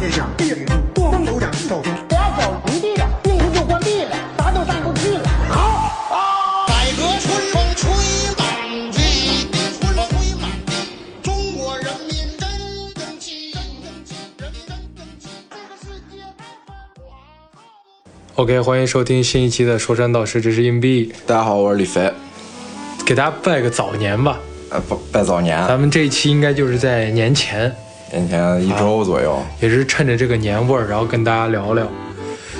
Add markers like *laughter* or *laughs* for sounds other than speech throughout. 对象，地理处光头长赵军，俩脚离地了，病毒就关闭了，啥都上不去了。改革春风吹满地，春风吹满地，中国人民真争气，真争气，人真争气，这个世界太繁华。 OK，欢迎收听新一期的《说山道师》，这是硬币，大家好，我是李飞。给大家拜个早年吧。呃，不拜早年，咱们这一期应该就是在年前，年前一周左右。也是趁着这个年味儿，然后跟大家聊聊。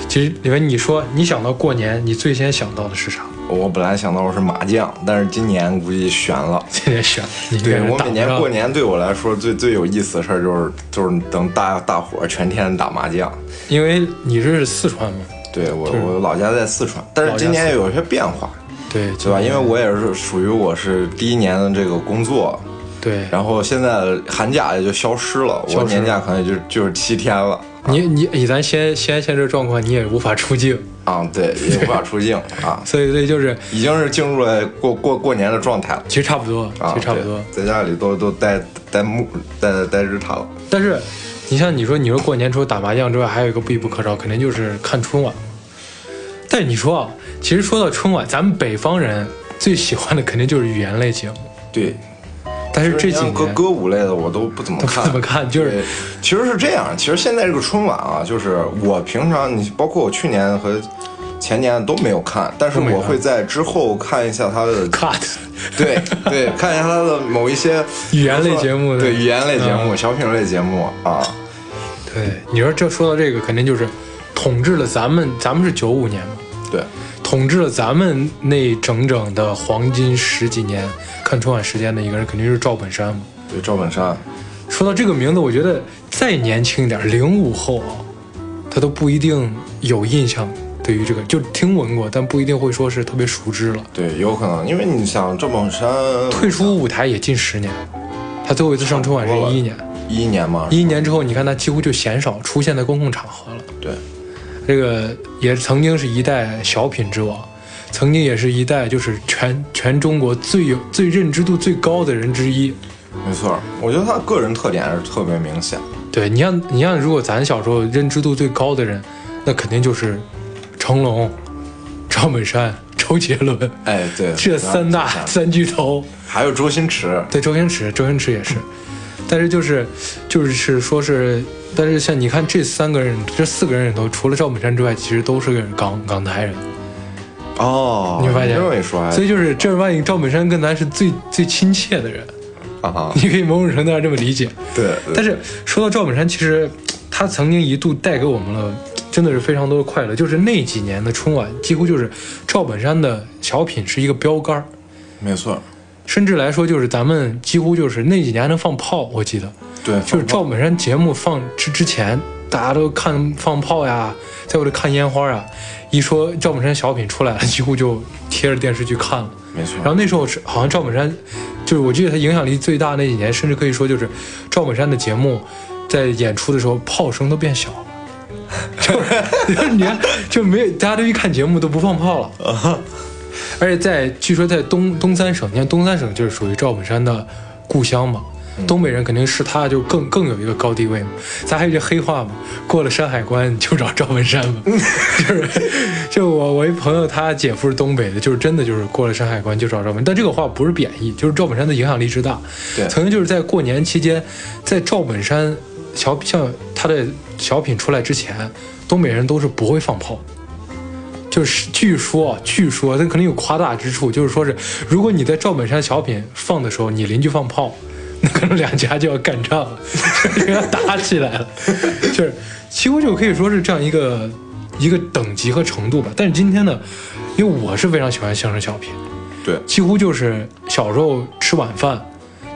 其实李文，你说你想到过年，你最先想到的是啥？我本来想到我是麻将，但是今年估计悬了。这点选，你应该对是我打每年不上过年，对我来说最最有意思的事儿就是就是等大大伙儿全天打麻将。因为你是四川嘛，对我就是我老家在四川，但是今年有些变化，对，对吧？因为我也是属于我是第一年的这个工作，对，然后现在寒假也就消失了，消失我年假可能也就就是七天了。你你以咱先先现这状况，你也无法出境，啊，对，也无法出境啊，所以所以就是已经是进入了过过过年的状态了。其实差不多，其啊，实差不多。对，在家里都都待待木待待日塔了。但是你像你说，你说过年除了打麻将之外，还有一个必不可少，肯定就是看春晚。但你说啊，其实说到春晚，咱们北方人最喜欢的肯定就是语言类节目。对，但是这几歌年，歌舞类的我都不怎么看，都不怎么看就是对其实是这样。其实现在这个春晚啊，就是我平常你包括我去年和前年都没有看，但是都没我看会在之后看一下它 *laughs* 的 cut 对对，看一下他的某一些语言类节目对对语言类节目、嗯小品类节目啊，对，你说这说到这个，肯定就是统治了咱们，咱们是九五年嘛，对，统治了咱们那整整的黄金十几年看春晚时间的一个人，肯定就是赵本山嘛。对赵本山，说到这个名字，我觉得再年轻一点，零五后啊，他都不一定有印象。对于这个，就听闻过，但不一定会说是特别熟知了。对，有可能，因为你想赵本山退出舞台也近十年，他最后一次上春晚是一一年，一一年嘛，一一年之后，你看他几乎就鲜少出现在公共场合了。对，这个也曾经是一代小品之王，曾经也是一代就是全全中国最有最认知度最高的人之一。没错，我觉得他个人特点是特别明显。对你像你像，如果咱小时候认知度最高的人，那肯定就是成龙、赵本山、周杰 *laughs* 伦哎，对，这三大然后三巨头。还有周星驰，对，周星驰，周星驰也是。但是就是就是是说是，但是像你看这三个人，这四个人里头，除了赵本山之外，其实都是个港港台人。哦，你会发现，这么一说还，所以就是正儿八经赵本山跟咱是最最亲切的人，啊，你可以某种程度上这么理解。对，但是说到赵本山，其实他曾经一度带给我们了，真的是非常多的快乐。就是那几年的春晚，几乎就是赵本山的小品是一个标杆儿，没错，甚至来说就是咱们几乎就是那几年还能放炮，我记得对，就是放赵本山节目放之之前，大家都看放炮呀，在我这看烟花啊。一说赵本山小品出来了， *laughs* 几乎就贴着电视剧看了。没错，然后那时候是好像赵本山，就是我记得他影响力最大那几年，甚至可以说就是赵本山的节目在演出的时候炮声都变小了。 *laughs* 就是 *laughs* 就是你看，就没有大家都一看节目都不放炮了，而且在据说在东东三省，你看东三省就是属于赵本山的故乡嘛，东北人肯定是他就更更有一个高地位嘛。咱还有一句黑话嘛，过了山海关就找赵本山嘛，就是就我我一朋友他姐夫是东北的，就是真的就是过了山海关就找赵本山，但这个话不是贬义，就是赵本山的影响力之大，对曾经就是在过年期间，在赵本山小像他的小品出来之前，东北人都是不会放炮的。就是据说，啊据说这可能有夸大之处，就是说是如果你在赵本山小品放的时候，你邻居放炮，那可能两家就要干仗了， *laughs* 就要打起来了。就是几乎就可以说是这样一个一个等级和程度吧。但是今天呢，因为我是非常喜欢相声小品，对，几乎就是小时候吃晚饭，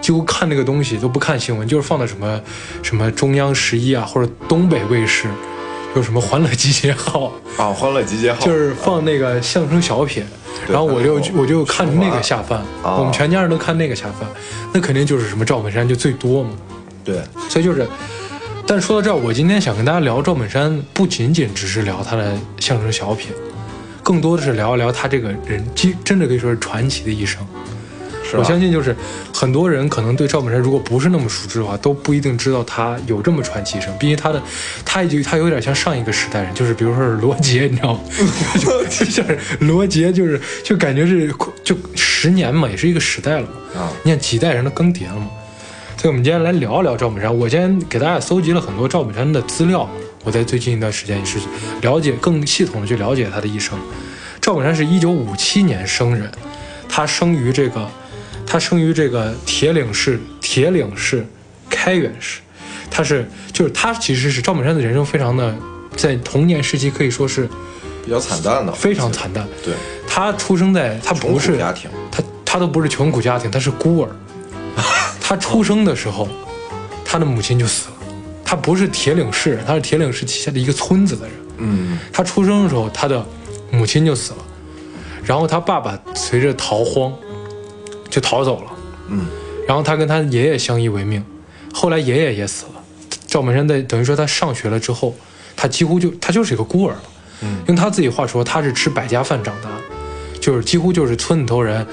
几乎看那个东西都不看新闻，就是放到什么什么中央十一啊，或者东北卫视，有什么《欢乐集结号啊，欢乐集结号》，就是放那个相声小品，对然后我就然后我就看那个下饭，啊我们全家人都看那个下饭，那肯定就是什么赵本山就最多嘛，对，所以就是。但说到这儿，我今天想跟大家聊赵本山，不仅仅只是聊他的相声小品，更多的是聊一聊他这个人，真真的可以说是传奇的一生。吧我相信就是很多人可能对赵本山如果不是那么熟知的话，都不一定知道他有这么传奇一生。毕竟他的他已经他有点像上一个时代人，就是比如说是罗杰，你知道吗？就像是罗杰，就是就感觉是就十年嘛，也是一个时代了嘛。啊你看几代人的更迭了嘛。所以我们今天来聊一聊赵本山。我今天给大家搜集了很多赵本山的资料，我在最近一段时间也是了解更系统的去了解他的一生。赵本山是一九五七年生人，他生于这个，他生于这个铁岭市铁岭市开远市，他是就是他其实是赵本山的人生非常的在童年时期可以说是比较惨淡的，非常惨淡。对，他出生在他不穷是苦家庭，他他都不是穷苦家庭，他是孤 *laughs* 儿。他出生的时候，他的母亲就死了。他不是铁岭市人，他是铁岭市旗下的一个村子的人。嗯，他出生的时候，他的母亲就死了，然后他爸爸随着逃荒就逃走了，嗯，然后他跟他爷爷相依为命，后来爷爷也死了，赵本山在等于说他上学了之后，他几乎就他就是一个孤儿了，嗯，用他自己话说，他是吃百家饭长大，就是几乎就是村里头人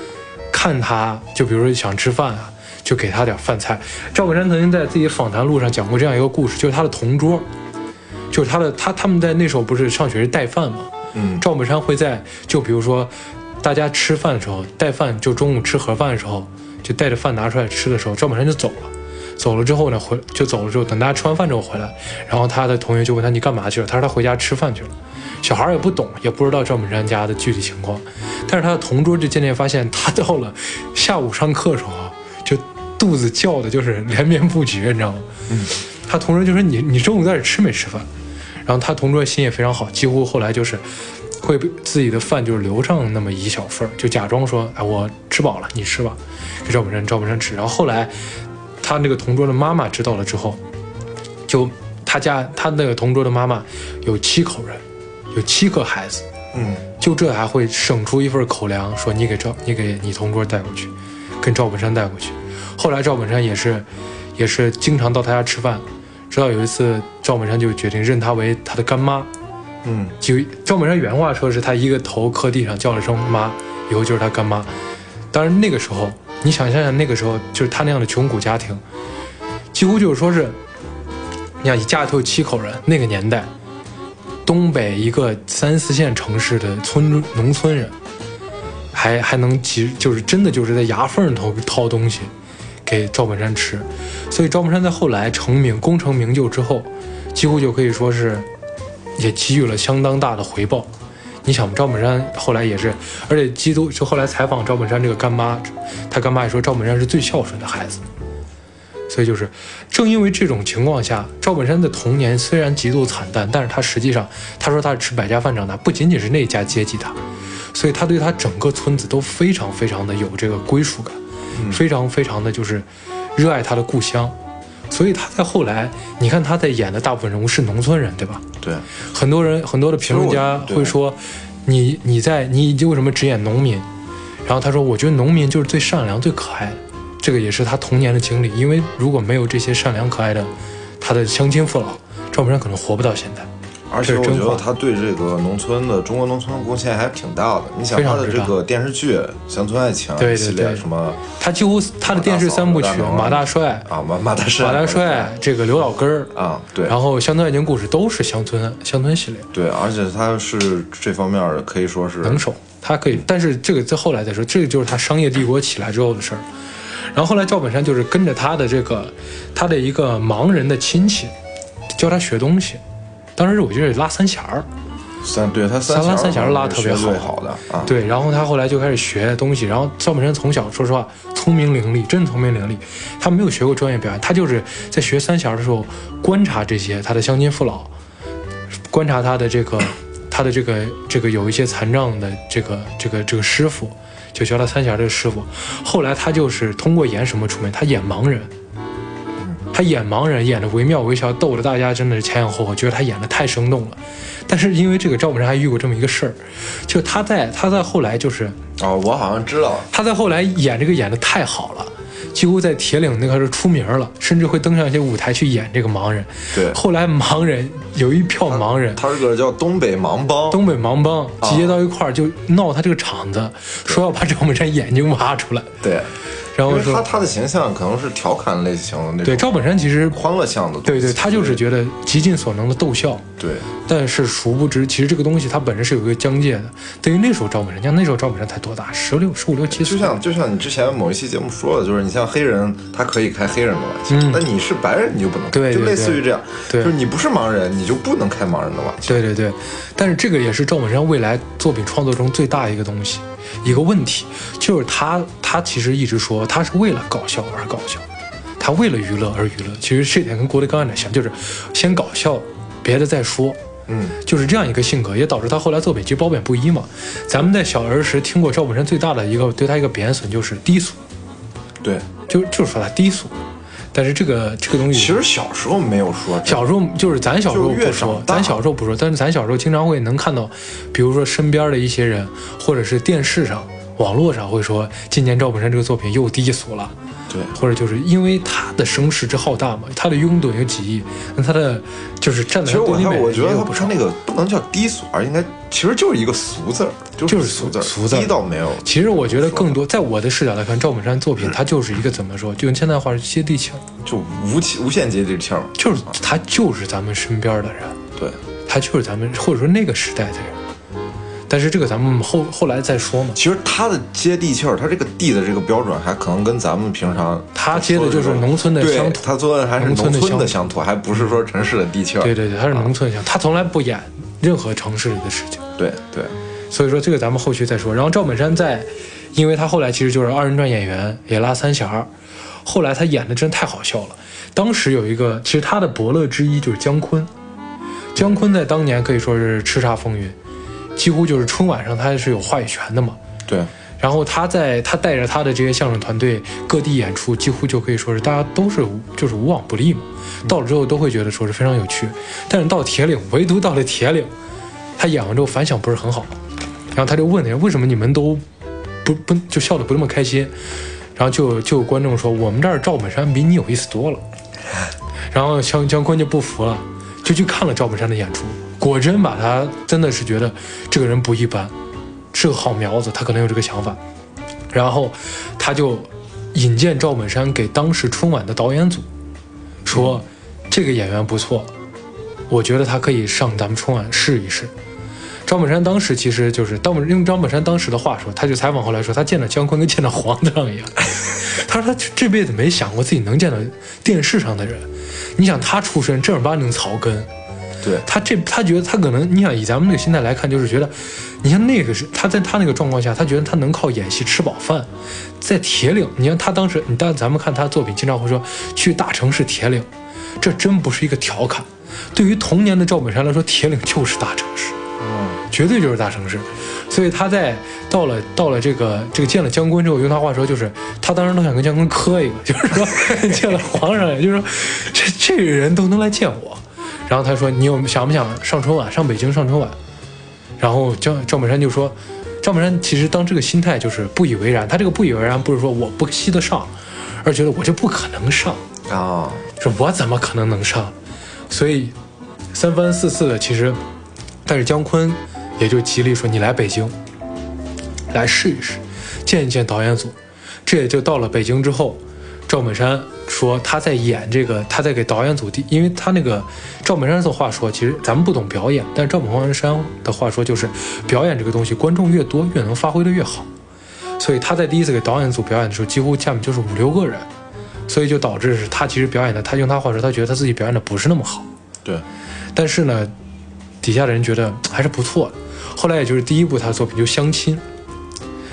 看他，就比如说想吃饭啊。就给他点饭菜。赵本山曾经在自己访谈录上讲过这样一个故事，就是他的同桌，就是他的他他们在那时候不是上学是带饭吗？嗯赵本山会在就比如说大家吃饭的时候带饭，就中午吃盒饭的时候就带着饭拿出来吃的时候，赵本山就走了。走了之后呢，回就走了之后，等大家吃完饭之后回来，然后他的同学就问他你干嘛去了？他说他回家吃饭去了。小孩儿也不懂，也不知道赵本山家的具体情况，但是他的同桌就渐渐发现，他到了下午上课的时候啊，就肚子叫的就是连绵不绝，你知道吗？他同桌就说你你中午在这吃没吃饭？然后他同桌心也非常好，几乎后来就是会被自己的饭就是留上那么一小份儿，就假装说哎我吃饱了你吃吧，给赵本山赵本山吃。然后后来他那个同桌的妈妈知道了之后，就他家他那个同桌的妈妈有七口人，有七个孩子，嗯，就这还会省出一份口粮，说你给赵，你给你同桌带过去，跟赵本山带过去。后来赵本山也是，也是经常到他家吃饭，直到有一次赵本山就决定认他为他的干妈。嗯，就赵本山原话说是他一个头磕地上叫了声妈，以后就是他干妈。当然那个时候，你想象一下，那个时候就是他那样的穷苦家庭，几乎就是说是，你想一家里头有七口人，那个年代，东北一个三四线城市的村农村人，还还能挤，就是真的就是在牙缝里头掏东西给赵本山吃，所以赵本山在后来成名功成名就之后，几乎就可以说是也给予了相当大的回报。你想，赵本山后来也是，而且基督就后来采访赵本山这个干妈，他干妈也说赵本山是最孝顺的孩子。所以就是，正因为这种情况下，赵本山的童年虽然极度惨淡，但是他实际上，他说他是吃百家饭长大，不仅仅是那家接济他，所以他对他整个村子都非常非常的有这个归属感，非常非常的就是热爱他的故乡。所以他在后来，你看他在演的大部分人物是农村人，对吧？对，很多人很多的评论家其实我会说，你你在你你为什么只演农民？然后他说，我觉得农民就是最善良、最可爱的，这个也是他童年的经历。因为如果没有这些善良可爱的，他的乡亲父老，赵本山可能活不到现在。而且这我是真觉得话他对这个农村的中国农村的贡献还挺大的。你想非常他的之这大个电视剧《乡村爱情》对对系列对什么他几乎他的电视三部曲，马大帅、啊，马马大帅，马大帅，这个刘老根儿啊，对，然后《乡村爱情故事》都是乡村乡村系列。对，而且他是这方面儿可以说是能手，他可以，但是这个在后来再说，这个就是他商业帝国起来之后的事儿。然后后来赵本山就是跟着他的这个他的一个盲人的亲戚，教他学东西。当时我记得是拉三弦儿，三，对他三三拉三弦弦儿儿拉是特别学最好好的啊，对，然后他后来就开始学东西。然后赵本山从小说实话聪明伶俐，真聪明伶俐。他没有学过专业表演，他就是在学三弦儿的时候观察这些他的乡亲父老，观察他的这个他的这个这个有一些残障的这个这个这个师傅，就教他三弦儿这个师傅。后来他就是通过演什么出名，他演盲人。他演盲人演的惟妙惟肖，逗得大家真的是前仰后合，觉得他演的太生动了。但是因为这个赵本山还遇过这么一个事儿，就他在他在后来就是啊，我好像知道，他在后来演这个演的太好了，几乎在铁岭那块儿就出名了，甚至会登上一些舞台去演这个盲人。对后来盲人有一票盲人，他这啊个叫东北盲帮，东北盲帮集结到一块儿就闹他这个场子，说要把赵本山眼睛挖出来。对，然因后为他说他的形象可能是调侃类型的那种，对赵本山其实欢乐向的东对西，对，他就是觉得极尽所能的逗笑，对但是殊不知，其实这个东西它本身是有一个疆界的。等于那时候赵本山，你像那时候赵本山才多大，十六、十五六七就岁，像就像你之前某一期节目说的，就是你像黑人，他可以开黑人的玩笑，嗯那你是白人你就不能开，对对就类似于这样，对就是你不是盲人，你就不能开盲人的玩笑。对对对，但是这个也是赵本山未来作品创作中最大一个东西，一个问题，就是他他其实一直说他是为了搞笑而搞笑，他为了娱乐而娱乐。其实这点跟郭德纲有点像，就是先搞笑，别的再说。嗯，就是这样一个性格，也导致他后来作品其实褒贬不一嘛。咱们在小儿时听过赵本山最大的一个对他一个贬损就是低俗，对，就就是说他低俗。但是这个这个东西，其实小时候没有说这个，小时候就是咱小时候就不是越长说，大咱小时候不说，但是咱小时候经常会能看到，比如说身边的一些人，或者是电视上、网络上会说，今年赵本山这个作品又低俗了，对或者就是因为他的声势之浩大嘛，他的拥趸有几亿，那他的就是站在其他实我对立还面，我觉得也有他不不少是那。个不能叫低俗，而应该其实就是一个俗字儿，就是俗俗字儿，俗字儿低到没有。其实我觉得更多，在我的视角来看，赵本山作品他就是一个怎么说，就用现代话是接地气儿，就无期无限接地气儿，就是他就是咱们身边的人，对，他就是咱们或者说那个时代的人。但是这个咱们后后来再说嘛。其实他的接地气儿，他这个地的这个标准，还可能跟咱们平常他接的就是农村的对乡土他做的还是农农村的乡土村的乡土，还不是说城市的地气儿。对对对，他是农村乡，他从来不演任何城市里的事情。对对所以说这个咱们后续再说。然后赵本山在，因为他后来其实就是二人转演员，也拉三弦儿，后来他演的真太好笑了。当时有一个，其实他的伯乐之一就是姜昆，姜昆在当年可以说是叱咤风云，几乎就是春晚上他是有话语权的嘛。对然后他在他带着他的这些相声团队各地演出，几乎就可以说是大家都是无就是无往不利嘛。到了之后都会觉得说是非常有趣，但是到铁岭，唯独到了铁岭，他演完之后反响不是很好，然后他就问人为什么你们都不不就笑得不那么开心，然后就就有观众说我们这儿赵本山比你有意思多了，然后姜姜昆就不服了，就去看了赵本山的演出，果真把他真的是觉得这个人不一般，是个好苗子，他可能有这个想法，然后他就引荐赵本山给当时春晚的导演组，说、这个演员不错，我觉得他可以上咱们春晚试一试。赵本山当时其实就是，当本用张本山当时的话说，他就采访后来说，他见到姜昆跟见到皇上一样。 *laughs* 他说他这辈子没想过自己能见到电视上的人。你想他出身正儿八经草根，对他这他觉得他可能，你想以咱们这个心态来看，就是觉得，你像那个是他在他那个状况下，他觉得他能靠演戏吃饱饭，在铁岭，你像他当时，你当咱们看他作品，经常会说去大城市铁岭，这真不是一个调侃。对于童年的赵本山来说，铁岭就是大城市，绝对就是大城市。所以他在到了到了这个这个见了姜昆之后，用他话说就是，他当时都想跟姜昆磕一个，就是说见了皇上，也就是说这这个人都能来见我。然后他说你有想不想上春晚，上北京上春晚？然后赵赵本山就说，赵本山其实当这个心态就是不以为然，他这个不以为然不是说我不稀得上，而觉得我这不可能上。啊，说我怎么可能能上？所以三番四次的，其实，但是姜昆也就极力说你来北京，来试一试，见一见导演组。这也就到了北京之后，赵本山说他在演这个，他在给导演组递，因为他那个赵本山的话说，其实咱们不懂表演，但是赵本山的话说就是，表演这个东西，观众越多越能发挥的越好。所以他在第一次给导演组表演的时候，几乎下面就是五六个人，所以就导致是他其实表演的，他用他话说，他觉得他自己表演的不是那么好，对但是呢，底下的人觉得还是不错的。后来也就是第一部他的作品就相亲，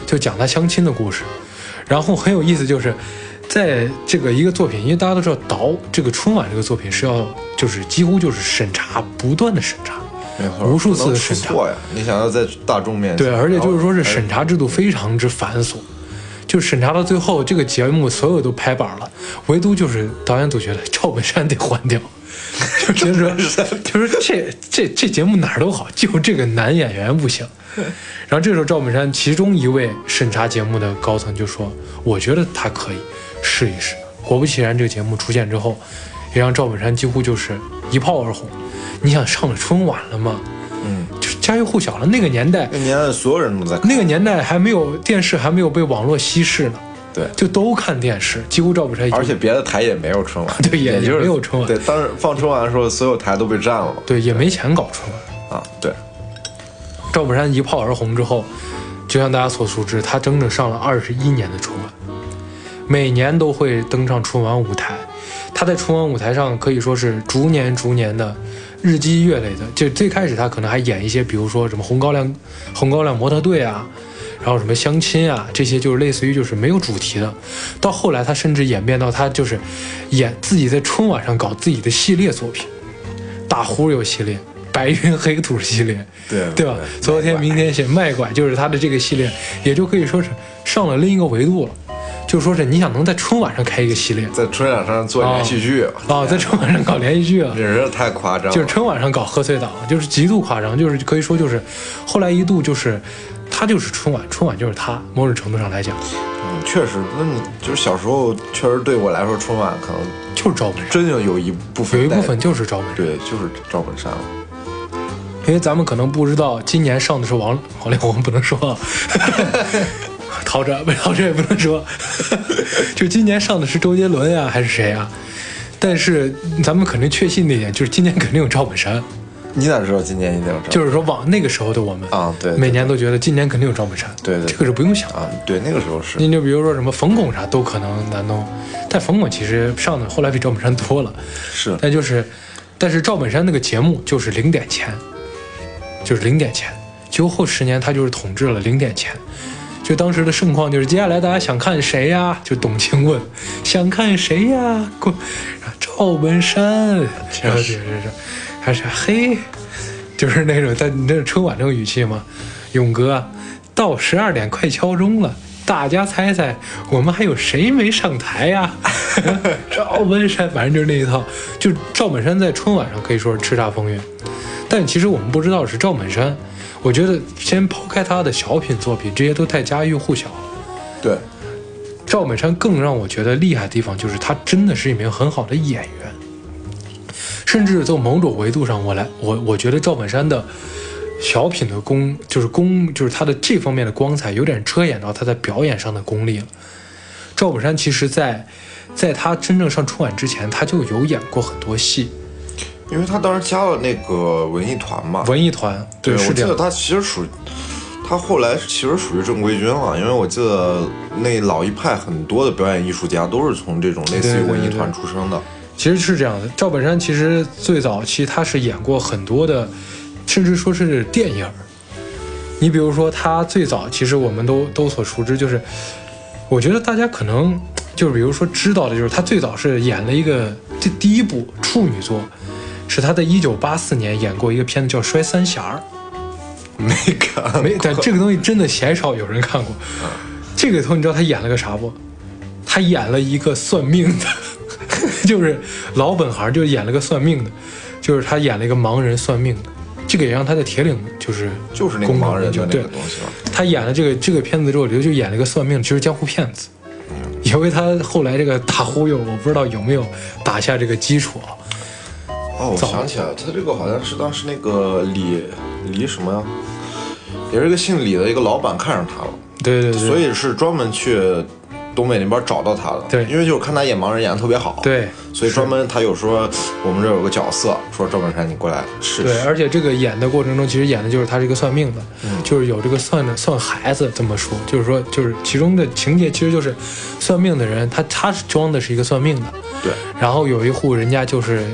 就讲他相亲的故事，然后很有意思就是。在这个一个作品，因为大家都知道导这个春晚这个作品是要就是几乎就是审查，不断的审查，没错，无数次不的能出审查，错呀，你想要在大众面前，对，而且就是说是然后审查制度非常之繁琐，就审查到最后，这个节目所有都拍板了，唯独就是导演组觉得赵本山得换掉，就觉得说，就是这这这节目哪儿都好，就这个男演员不行。然后这时候赵本山其中一位审查节目的高层就说：“我觉得他可以试一试。”果不其然，这个节目出现之后，也让赵本山几乎就是一炮而红。你想上了春晚了吗？嗯，就是家喻户晓了。那个年代，那年代所有人都在看，那个年代还没有电视，还没有被网络稀释呢。对就都看电视，几乎赵本山已经而且别的台也没有春晚， *laughs* 对也就也是没有春晚对，当时放春晚的时候，所有台都被占了嘛对也没钱搞春晚。啊，对，赵本山一炮而红之后，就像大家所熟知，他整整上了二十一年的春晚，每年都会登上春晚舞台。他在春晚舞台上可以说是逐年逐年的日积月累的，就最开始他可能还演一些，比如说什么红高粱、红高粱模特队啊，然后什么相亲啊，这些就是类似于就是没有主题的。到后来他甚至演变到他就是演自己在春晚上搞自己的系列作品，大忽悠系列、白云黑土系列，对对吧？对昨天、卖拐明天写卖拐，就是他的这个系列，也就可以说是上了另一个维度了。就说是你想能在春晚上开一个系列在春晚上做连续剧，啊，在春晚上搞连续剧啊，简直是太夸张了。就是春晚上搞贺岁档，就是极度夸张，就是可以说就是，后来一度就是，他就是春晚，春晚就是他，某种程度上来讲嗯确实，那你就是小时候，确实对我来说，春晚可能就是赵本山，真的有一部分有一带部分就是赵本山，对，就是赵本山了。因为咱们可能不知道今年上的是王王力宏，不能说 *laughs* 啊，陶喆不陶喆也不能说， *laughs* 就今年上的是周杰伦呀、还是谁呀、但是咱们肯定确信的一点就是今年肯定有赵本山，你哪知道今年一定有赵？就是说往那个时候的我们啊对对每年都觉得今年肯定有赵本山，对对对这个是不用想的。啊，对，那个时候是你就比如说什么冯巩啥都可能难弄，但冯巩其实上的后来比赵本山多了，是但就是，但是赵本山那个节目就是零点前，就是零点前，几乎后十年他就是统治了零点前。就当时的盛况就是，接下来大家想看谁呀？就董卿问，想看谁呀？过，然后赵本山，然后就是还是嘿，就是那种在你那春晚那种语气嘛。勇哥，啊到十二点快敲钟了，大家猜猜我们还有谁没上台呀、赵本山，反正就是那一套，就赵本山在春晚上可以说是叱咤风云，但其实我们不知道是赵本山。我觉得先抛开他的小品作品，这些都太家喻户晓了。对，赵本山更让我觉得厉害的地方，就是他真的是一名很好的演员，甚至从某种维度上，我来我我觉得赵本山的小品的功，就是功，就是他的这方面的光彩，有点遮掩到他在表演上的功力了。赵本山其实在，在他真正上春晚之前，他就有演过很多戏，因为他当时加了那个文艺团嘛，文艺团对，是我记这得样，他其实属，他后来其实属于正规军了，因为我记得那老一派很多的表演艺术家都是从这种类似对于对文艺对团出生的。 *laughs* 其实是这样的。赵本山其实最早期他是演过很多的，甚至说是电影儿。你比如说，他最早其实我们都都所熟知，就是我觉得大家可能就是比如说知道的，就是他最早是演了一个这第一部处女作，是他在一九八四年演过一个片子叫《摔三峡》儿。没看过 *laughs* 没，但这个东西真的鲜少有人看过。嗯这个头你知道他演了个啥不？他演了一个算命的， *laughs* 就是老本行，就演了个算命的，就是他演了一个盲人算命的。这个也让他在铁岭就是就是那个功成盲人名就的那对个东西嘛。他演了这个这个片子之后，我觉得就演了一个算命，其实江湖骗子，嗯也为他后来这个大忽悠，我不知道有没有打下这个基础啊。哦，我早想起来，他这个好像是当时那个李李什么呀，也是一个姓李的一个老板看上他了，对对对，所以是专门去东北那边找到他的。对因为就是看他演盲人演的特别好。对所以专门他有说我们这儿有个角色，说赵本山你过来试对，试。而且这个演的过程中，其实演的就是他是一个算命的，就是有这个算的算孩子这么说，就是说就是其中的情节其实就是算命的人，他他是装的是一个算命的，对，然后有一户人家就是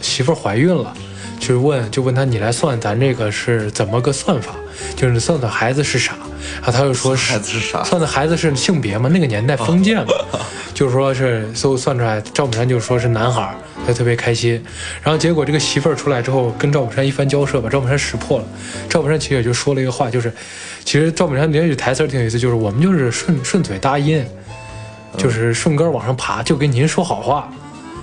媳妇儿怀孕了，就是问就问他你来算咱这个是怎么个算法，就是算算孩子是啥，然后他就说是孩子是啥算的孩子是性别嘛，那个年代封建嘛， *laughs* 就是说是最后算出来，赵本山就说是男孩儿，他特别开心。然后结果这个媳妇儿出来之后，跟赵本山一番交涉，把赵本山识破了。赵本山其实也就说了一个话，就是其实赵本山也有台词儿挺有意思，就是我们就是顺顺嘴搭音，就是顺杆儿往上爬，就跟您说好话。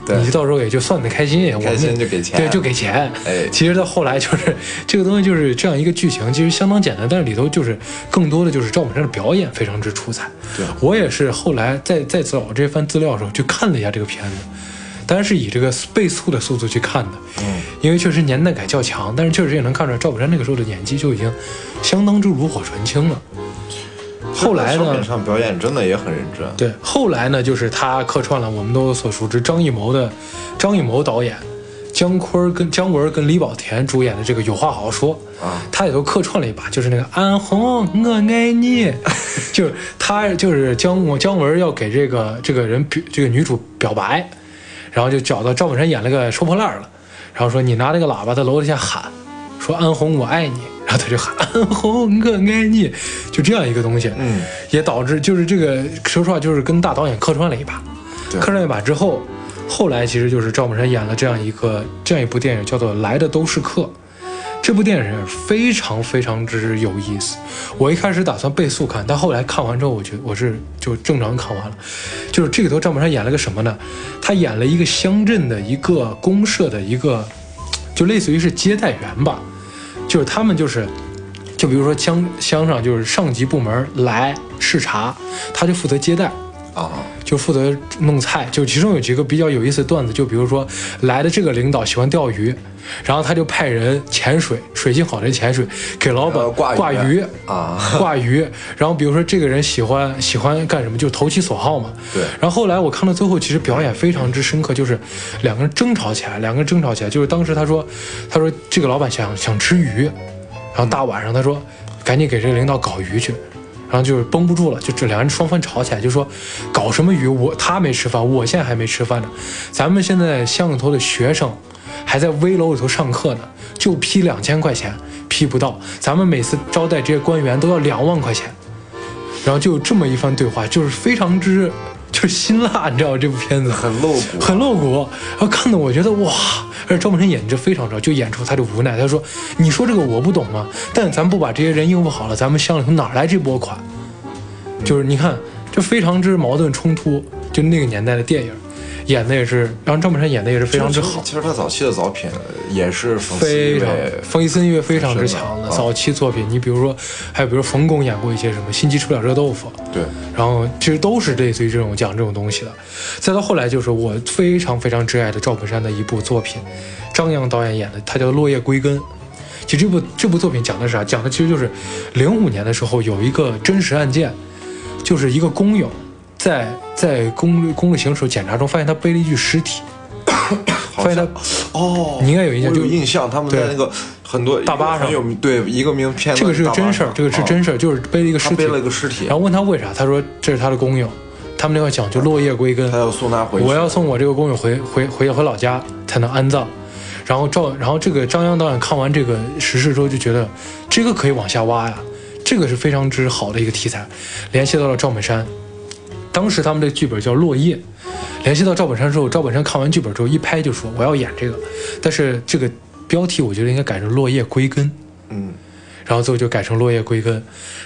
对你到时候也就算得开心，我们开心就给钱对，就给钱。哎其实到后来就是这个东西就是这样一个剧情，其实相当简单，但是里头就是更多的就是赵本山的表演非常之出彩。对我也是后来在在找这番资料的时候去看了一下这个片子，当然是以这个倍速的速度去看的，嗯，因为确实年代感较强，但是确实也能看出来赵本山那个时候的演技就已经相当之炉火纯青了。后来商品呢，上表演真的也很认真。对，后来呢，就是他客串了我们都所熟知张艺谋的张艺谋导演。姜昆儿跟姜文儿跟李保田主演的这个《有话好好说》啊他里头客串了一把，就是那个安红，我爱你，就是他就是姜我姜文儿要给这个这个人表这个女主表白，然后就找到赵本山演了个收破烂儿了，然后说你拿那个喇叭在楼底下喊，说安红我爱你， *laughs* 然后他就喊安红我爱你，就这样一个东西，嗯，也导致就是这个说实话就是跟大导演客串了一把，对客串了一把之后，后来其实就是赵本山演了这样一个这样一部电影叫做《来的都是客》。这部电影非常非常之有意思。我一开始打算倍速看，但后来看完之后，我觉得我是就正常看完了。就是这里头赵本山演了个什么呢？他演了一个乡镇的一个公社的一个，就类似于是接待员吧。就是他们就是，就比如说乡乡上就是上级部门来视察，他就负责接待。啊，就负责弄菜，就其中有几个比较有意思的段子，就比如说来的这个领导喜欢钓鱼，然后他就派人潜水，水性好的人潜水给老板呃挂鱼挂鱼啊，挂鱼，然后比如说这个人喜欢喜欢干什么，就投其所好嘛。对然后后来我看到最后，其实表演非常之深刻，就是两个人争吵起来，两个人争吵起来，就是当时他说，他说这个老板想想吃鱼，然后大晚上他说，赶紧给这个领导搞鱼去。然后就是绷不住了，就这两人双方吵起来，就说搞什么鱼，我他没吃饭，我现在还没吃饭呢，咱们现在巷子头的学生还在危楼里头上课呢，就批两千块钱，批不到，咱们每次招待这些官员都要两万块钱，然后就有这么一番对话，就是非常之就是辛辣，你知道吗这部片子很露骨很露骨。然后看的我觉得哇，而且赵本山演这非常着，就演出他的无奈。他说：“你说这个我不懂啊，但咱不把这些人应付好了，咱们乡里头哪来这拨款？”就是你看，就非常之矛盾冲突，就那个年代的电影，演的也是，然后赵本山演的也是非常之好。其实他早期的作品也是讽刺非意常味冯一森音乐非常之强的啊早期作品，你比如说，还有比如冯巩演过一些什么《心急吃不了热豆腐》，对，然后其实都是类似于这种讲这种东西的。再到后来就是我非常非常挚爱的赵本山的一部作品，张扬导演演的，他叫《落叶归根》。其实这部这部作品讲的是啥？讲的其实就是零五年的时候有一个真实案件，就是一个工友在在公路公路行驶检查中发现他背了一具尸体，发现他哦，你应该有印象我有就印象，他们在对那个很多大巴一个很上有对一个名片，这个是个真事儿，这个是真事，事儿，就是背了一个尸啊他体，背了个尸体然，后问他为啥，他说这是他的工友，他们那块讲究落叶归根，他要送他回去，我要送我这个工友回回回回老家才能安葬。然后赵，然后这个张扬导演看完这个时事之后就觉得，这个可以往下挖呀，这个是非常之好的一个题材，联系到了赵本山。当时他们这个剧本叫《落叶》，联系到赵本山之后，赵本山看完剧本之后一拍就说我要演这个，但是这个标题我觉得应该改成《落叶归根》。嗯，然后最后就改成落叶归根。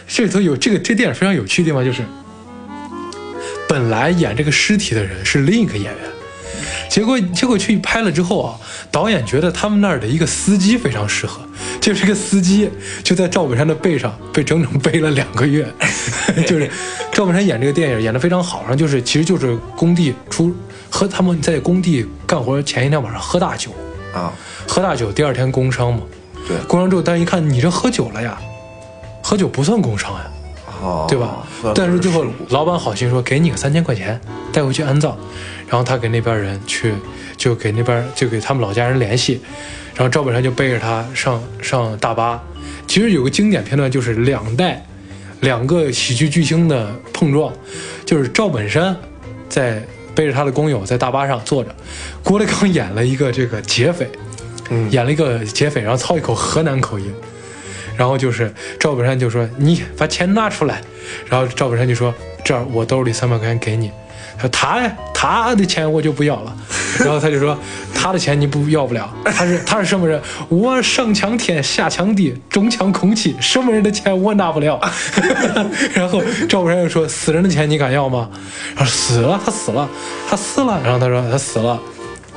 这里头有这个这电影非常有趣的地方就是，本来演这个尸体的人是另一个演员，结果结果去拍了之后啊，导演觉得他们那儿的一个司机非常适合，就是个司机就在赵本山的背上被整整背了两个月， *laughs* 就是赵本山演这个电影演得非常好，然后就是其实就是工地出和他们在工地干活前一天晚上喝大酒，啊，喝大酒第二天工伤嘛。对，工伤之后，但一看你这喝酒了呀，喝酒不算工伤呀，哦，对吧？算但是最后事故老板好心说给你个三千块钱带回去安葬，然后他给那边人去，就给那边就给他们老家人联系，然后赵本山就背着他上上大巴。其实有个经典片段就是两代两个喜剧巨星的碰撞，就是赵本山在背着他的工友在大巴上坐着，郭德纲演了一个这个劫匪，嗯演了一个劫匪，然后操一口河南口音，然后就是赵本山就说：“你把钱拿出来。”然后赵本山就说：“这儿我兜里三百块钱给你。”他说：“他呀，他的钱我就不要了。”然后他就说：“他的钱你不要不了，他是他是什么人？我上抢天，下抢地，中抢空气，什么人的钱我拿不了。” *laughs* 然后赵本山又说：“死人的钱你敢要吗？”然后死了，他死了，他死了。然后他说：“他死了。”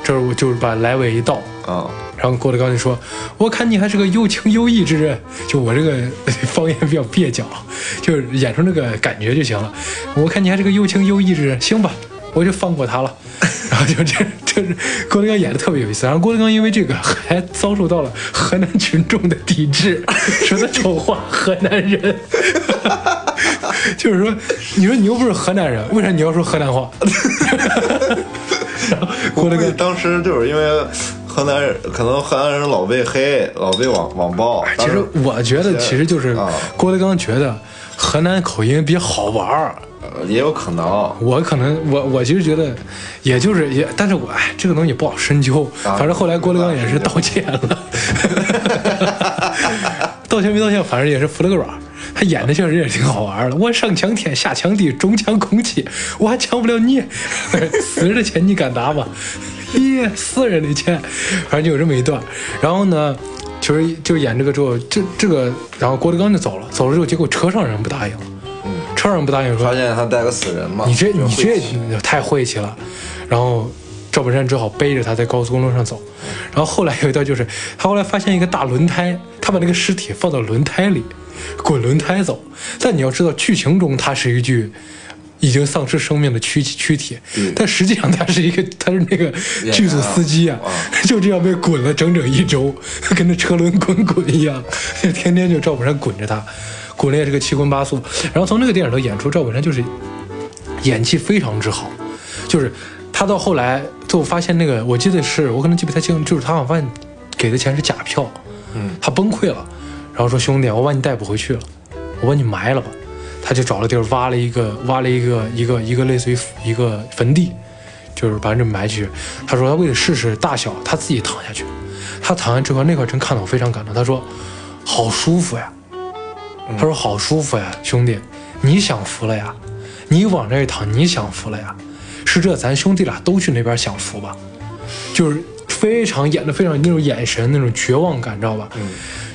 这儿我就是把来尾一倒， *laughs* 啊，然后郭德纲就说：“我看你还是个有情有义之人。”就我这个 *laughs* 方言比较蹩脚，啊就是演出那个感觉就行了。我看你还是个有情有义之人，行吧，我就放过他了。 *laughs* 然后就这这郭德纲演的特别有意思。然后郭德纲因为这个还遭受到了河南群众的抵制，说他丑化河南人。 *laughs* 就是说，你说你又不是河南人，为啥你要说河南话？然后郭我德那纲个当时就是因为河南人，可能河南人老被黑，老被网网暴。哎其实我觉得，其实就是啊郭德纲觉得河南口音比较好玩儿。当时呃也有可能，我可能我我其实觉得，也就是也，但是我哎，这个东西不好深究。啊反正后来郭德纲也是没办道法歉了， *laughs* 道歉没道歉，反正也是服了个软儿。他演的确实也挺好玩的，我上强天，下强地，中强空气，我还强不了你。 *laughs* 死人的钱你敢拿吗？耶，死人的钱，反正就有这么一段。然后呢，其实就演这个之后，这这个，然后郭德纲就走了，走了之后，结果车上人不答应，车上人不答应说发现嗯他带个死人嘛。你这就你晦这气你太晦气了。然后赵本山只好背着他在高速公路上走。然后后来有一段就是，他后来发现一个大轮胎，他把那个尸体放到轮胎里，滚轮胎走。但你要知道，剧情中它是一具。已经丧失生命的躯躯体，但实际上他是一个，他是那个员啊剧组司机啊啊， *laughs* 就这样被滚了整整一周，跟那车轮滚滚一样， *laughs* 就天天就赵本山滚着他，滚的也是个七荤八素。然后从那个电影头演出，赵本山就是演技非常之好，就是他到后来最后发现那个，我记得是我可能记不太清，就是他好像发现给的钱是假票，嗯，他崩溃了，然后说兄弟，我把你带不回去了，我把你埋了吧，他就找了地儿挖了一个挖了一个一个一个类似于一个坟地，就是把人这么埋去。他说他为了试试大小，他自己躺下去，他躺下之后那块真看得我非常感动，他说好舒服呀，他说：“好舒服呀，兄弟，你享福了呀，你往这一躺，你享福了呀，是这咱兄弟俩都去那边享福吧，就是非常演的非常那种眼神那种绝望感，知道吧？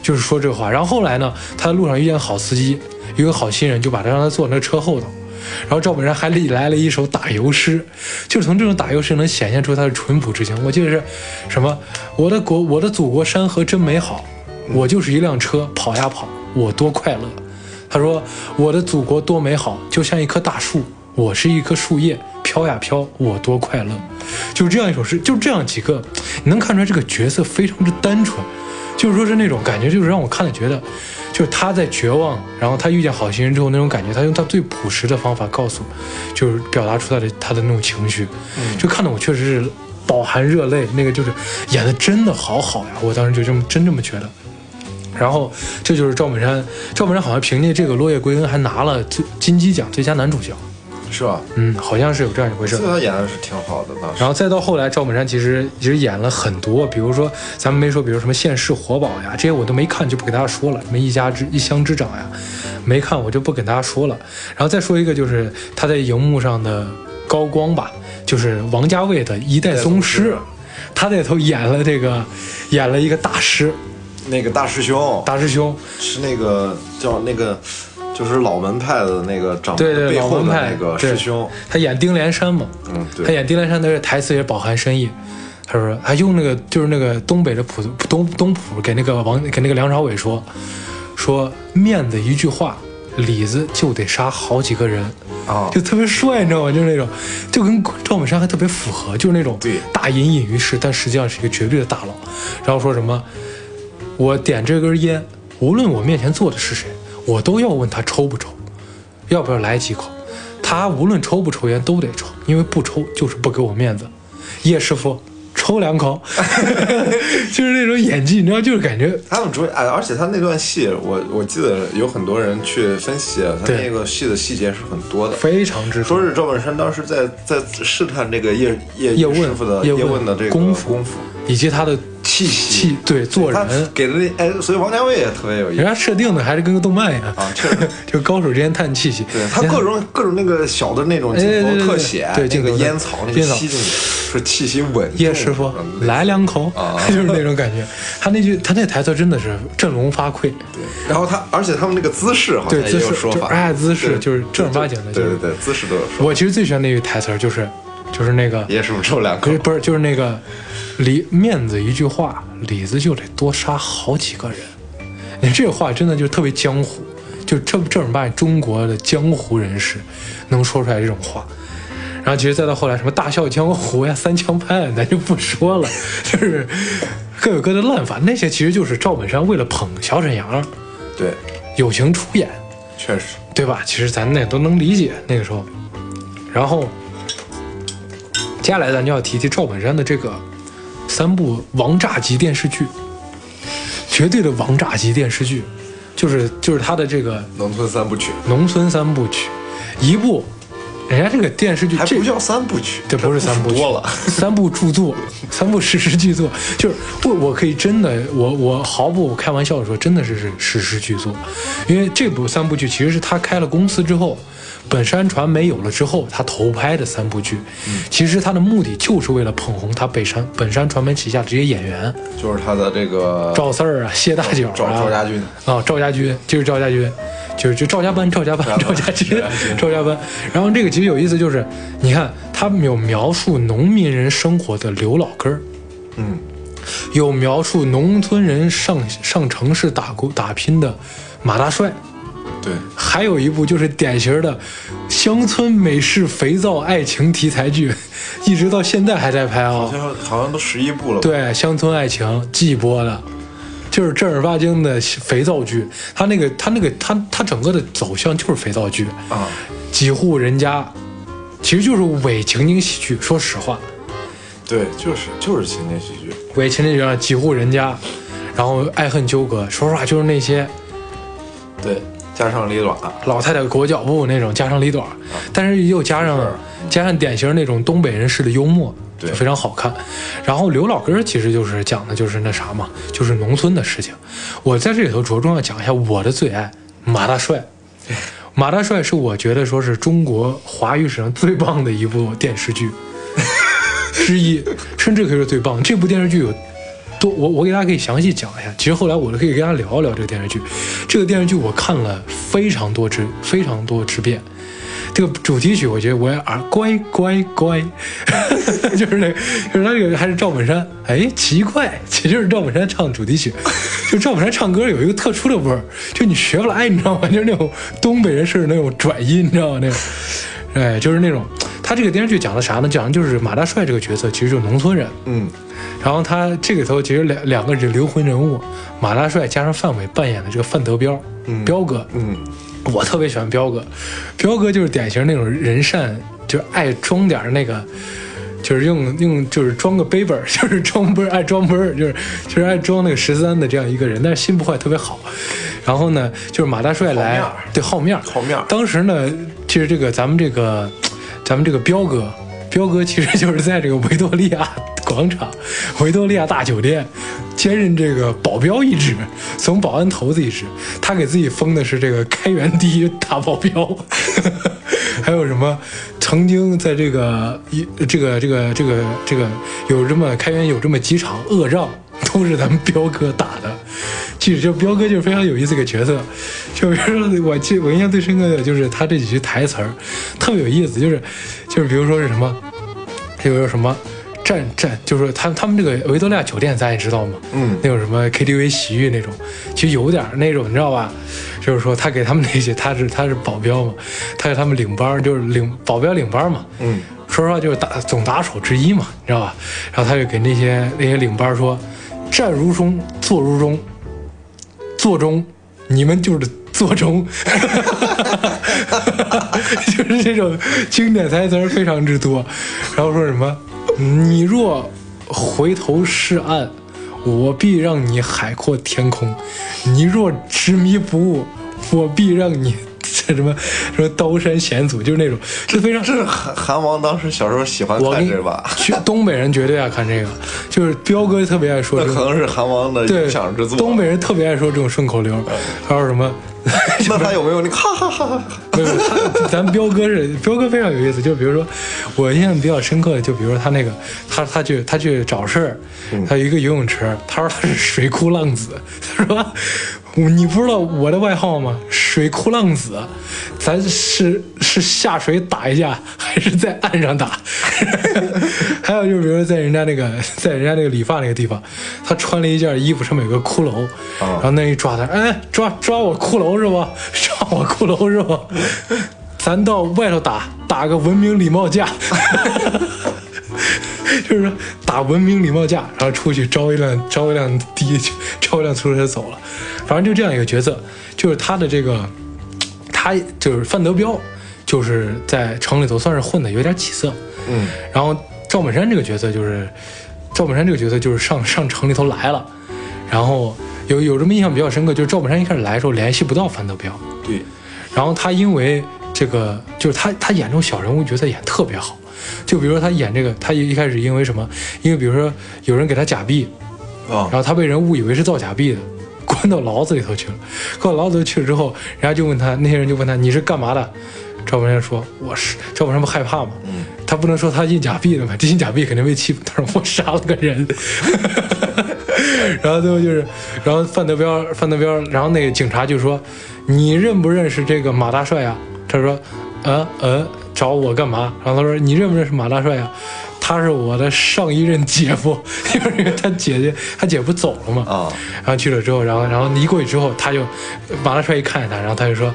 就是说这话。然后后来呢，他在路上遇见好司机，有个好心人就把他让他坐那车后头。”然后赵本山还里来了一首打油诗，就是从这种打油诗能显现出他的淳朴之情。我记得是什么？我的国，我的祖国山河真美好，我就是一辆车，跑呀跑，我多快乐。他说：“我的祖国多美好，就像一棵大树，我是一棵树叶，飘呀飘，我多快乐。”就是这样一首诗，就这样几个，你能看出来这个角色非常之单纯，就是说是那种感觉，就是让我看了觉得，就是他在绝望，然后他遇见好心人之后那种感觉，他用他最朴实的方法告诉，就是表达出他的他的那种情绪，就看得我确实是饱含热泪，那个就是演的真的好好呀，我当时就这么真这么觉得。然后这就是赵本山，赵本山好像凭借这个《落叶归根》还拿了最金鸡奖最佳男主角，是吧？嗯，好像是有这样一回事这。他演的是啊挺好的，当时然后再到后来，赵本山其实其实演了很多，比如说咱们没说，比如什么《现世活宝》呀，这些我都没看，就不给大家说了。什么一家之一乡之长呀，没看我就不给大家说了。然后再说一个，就是他在荧幕上的高光吧，就是王家卫的《一代宗一代师宗师》，他在里头演了这个，演了一个大师，那个大师兄大师兄，是那个叫那个，就是老门派的那个掌对门对，背老后门的派那个对师兄，他演丁连山嘛，嗯对他演丁连山的台词也饱含深意。他说他用那个就是那个东北的普东东普给那个王给那个梁朝伟说，说面子一句话，里子就得杀好几个人。啊就特别帅，你知道吗？就是那种，就跟赵本山还特别符合，就是那种对大隐隐于市，但实际上是一个绝对的大佬。然后说什么，我点这根烟，无论我面前坐的是谁，我都要问他抽不抽，要不要来几口。他无论抽不抽烟都得抽，因为不抽就是不给我面子。叶师傅，抽两 *laughs* 口， *laughs* 就是那种演技，你知道，就是感觉他们主演，哎，而且他那段戏，我我记得有很多人去分析啊他对那个戏的细节是很多的。非常之说是赵本山当时在在试探这个叶叶叶叶问师傅的叶叶问问的这个功夫夫功夫以及他的气息气对做他人，哎给的那哎，所以王家卫也特别有意人思家设定的还是跟个动漫一样啊，确实， *laughs* 就高手之间叹气息。对他你看各种各种那个小的那种镜哎对对对头特写，啊对那镜个头的烟草那个烟草吸进去，说气息稳重。叶师傅嗯来两口啊， *laughs* 就是那种感觉。他那句他那台词真的是振聋发聩，对然后他，而且他们那个姿势好像对也姿势有说就是法，哎姿势对就是正儿八经的对就是对对，姿势都有说。我其实最喜欢那句台词儿就是就是那个叶师傅抽两口不是，不是就是那个里面子一句话，里子就得多杀好几个人。你这话真的就特别江湖，就正正儿八经中国的江湖人士能说出来这种话。然后其实再到后来，什么大笑江湖呀、三枪拍案，咱就不说了，就是各有各的烂法。那些其实就是赵本山为了捧小沈阳对，友情出演，确实，对吧？其实咱那都能理解那个时候。然后，接下来咱就要提提赵本山的这个三部王炸级电视剧，绝对的王炸级电视剧，就是就是他的这个农村三部曲农村三部曲，一部，人家这个电视剧还这不叫三部曲，这不是三部多了， *laughs* 三部著作，三部史诗巨作，就是我我可以真的，我我毫不开玩笑的说，真的是是史诗巨作，因为这部三部剧其实是他开了公司之后，本山传媒有了之后，他投拍的三部剧，嗯其实他的目的就是为了捧红他北山本山传媒旗下这些演员，就是他的这个赵四儿啊，谢大脚啊，赵赵家军啊，赵家军就是赵家军，就是就赵家班、赵家班、赵家军、赵家班。然后这个其实有意思，就是你看他们有描述农民人生活的刘老根儿，嗯，有描述农村人上上城市打工打拼的马大帅，对，还有一部就是典型的乡村美式肥皂爱情题材剧，一直到现在还在拍啊、好像好像都十一部了吧，对，《乡村爱情》季播的，就是正儿八经的肥皂剧。它那个，它那个，它它整个的走向就是肥皂剧，啊，几户人家，其实就是伪情景喜剧。说实话，对，就是就是情景喜剧，伪情景喜剧几户人家，然后爱恨纠葛。说实话，就是那些对，加上李短，老太太裹脚布那种，加上里短儿，但是又加上啊是加上典型那种东北人式的幽默，就对非常好看。然后刘老根儿其实就是讲的就是那啥嘛，就是农村的事情。我在这里头着重要讲一下我的最爱马大 *laughs* 帅。马大帅是我觉得说是中国华语史上最棒的一部电视剧之一， *laughs* 甚至可以说最棒。这部电视剧有多我我给大家可以详细讲一下。其实后来我都可以跟大家聊一聊这个电视剧。这个电视剧我看了非常多之非常多之遍。这个主题曲我觉得我也耳乖乖乖， *laughs* 就是那个，就是他这个还是赵本山。哎，奇怪，其实就是赵本山唱的主题曲。就赵本山唱歌有一个特殊的味儿，就你学不来，你知道吗？就是那种东北人式的那种转音，你知道吗？那种，哎，就是那种。他这个电视剧讲的啥呢？讲的就是马大帅这个角色其实就是农村人，嗯，然后他这里头其实两两个人灵魂人物，马大帅加上范伟扮演的这个范德彪，彪哥，嗯，我特别喜欢彪哥，彪哥就是典型那种人善，就是爱装点儿那个。就是用用就是装个杯本儿， *laughs* 就是装杯儿爱装杯儿，就是就是爱装那个十三的这样一个人，但是心不坏，特别好。然后呢，就是马大帅来好面儿对好面儿好面儿当时呢，其实这个咱们这个咱们这个彪哥，彪哥其实 *laughs* 就是在这个维多利亚广场、维多利亚大酒店兼任这个保镖一职，从保安头子一职。他给自己封的是这个开元第一大保镖， *laughs* 还有什么曾经在这个一这个这个这个这个有这么开元有这么几场恶仗，都是咱们彪哥打的。其实就彪哥就是非常有意思一个角色，就比如说我记我印象最深刻的就是他这几句台词儿，特别有意思，就是就是比如说是什么，还有什么战战，就是他他们这个维多利亚酒店咱也知道嘛，嗯那种什么 KTV 洗浴那种，其实有点儿那种你知道吧，就是说他给他们那些他是他是保镖嘛，他给他们领班儿就是领保镖领班儿嘛，嗯，说实话就是打总打手之一嘛，你知道吧？然后他就给那些那些领班儿说，站如钟，坐如钟，座钟，你们就是座钟， *laughs* 就是这种经典台词儿非常之多。然后说什么，你若回头是岸，我必让你海阔天空；你若执迷不悟，我必让你。这什么什么刀山险阻，就是那种，就非常这是韩韩王当时小时候喜欢我看跟这吧？去东北人绝对爱看这个，就是彪哥特别爱说那这 *laughs* 可个，能是韩王的对影响之作。嗯东 *laughs* 北人特别爱说这种顺口溜，还有什么？那他有没有那个哈哈哈哈？没有，他咱彪哥是彪哥非常有意思，就比如说我印象比较深刻的，就比如说他那个他他去他去找事儿，他有一个游泳池，他说他是水库浪子，他说你不知道我的外号吗？水库浪子，咱是是下水打一架，还是在岸上打？ *laughs* 还有就是比如说在人家那个 *laughs* 在人家那个理发那个地方，他穿了一件衣服上面有个骷髅，然后那一抓他，哎，抓抓我骷髅是吧？ *laughs* 抓我骷髅是吧？ *laughs* 咱到外头打，打个文明礼貌架， *laughs* 就是说打文明礼貌架，然后出去招一辆招一辆 *laughs* 的，招一辆出租车走了。反正就这样一个角色，就是他的这个。他他就是范德彪，就是在城里头算是混的有点起色。嗯，然后赵本山这个角色就是，赵本山这个角色就是上上城里头来了，然后有有这么印象比较深刻，就是赵本山一开始来的时候联系不到范德彪，对，然后他因为这个，就是他他演这种小人物角色演得特别好，就比如说他演这个，他一一开始因为什么？因为比如说有人给他假币，啊然，后他被人误以为是造假币的， *laughs* 关到牢子里头去了。关到牢子里去了之后，人家就问他，那些人就问他你是干嘛的？赵本山说我是，赵本山不害怕吗？嗯他不能说他印假币了嘛，这印假币肯定被欺负。他说我杀了个人。 *laughs* 然后最后就是，然后范德彪，范德彪，然后那个警察就说：“你认不认识这个马大帅啊？”他说：“呃呃，找我干嘛？”然后他说：“你认不认识马大帅啊？他是我的上一任姐夫， *laughs* 因为他姐姐，他姐不走了嘛。啊，然后去了之后，然后然后你一过去之后，他就马大帅一看见他，然后他就说，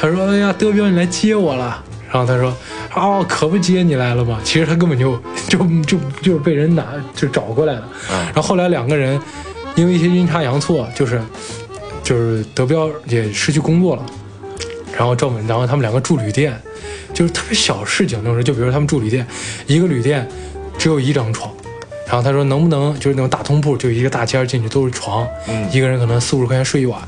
他说哎呀，德彪你来接我了。然后他说：“哦，可不接你来了嘛。”其实他根本就就就就是被人拿就找过来了。嗯然后后来两个人因为一些阴差阳错，就是就是德彪也失去工作了，然后赵本，然后他们两个住旅店，就是特别小事情，就是就比如他们住旅店，一个旅店只有一张床，然后他说能不能就是那种大通铺，就一个大间儿进去都是床，一个人可能四五十块钱睡一晚，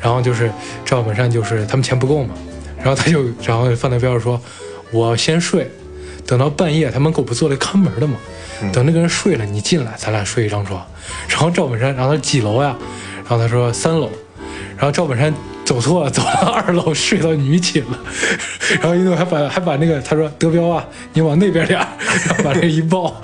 然后就是赵本山就是他们钱不够嘛，然后他就然后范德彪说，我先睡，等到半夜他门口不坐了看门的嘛，等那个人睡了你进来，咱俩睡一张床，然后赵本山然后他说几楼呀，然后他说三楼。然后赵本山走错了，走到二楼睡到女寝了，然后一诺还把还把那个他说德彪啊，你往那边点儿，然后把这一抱，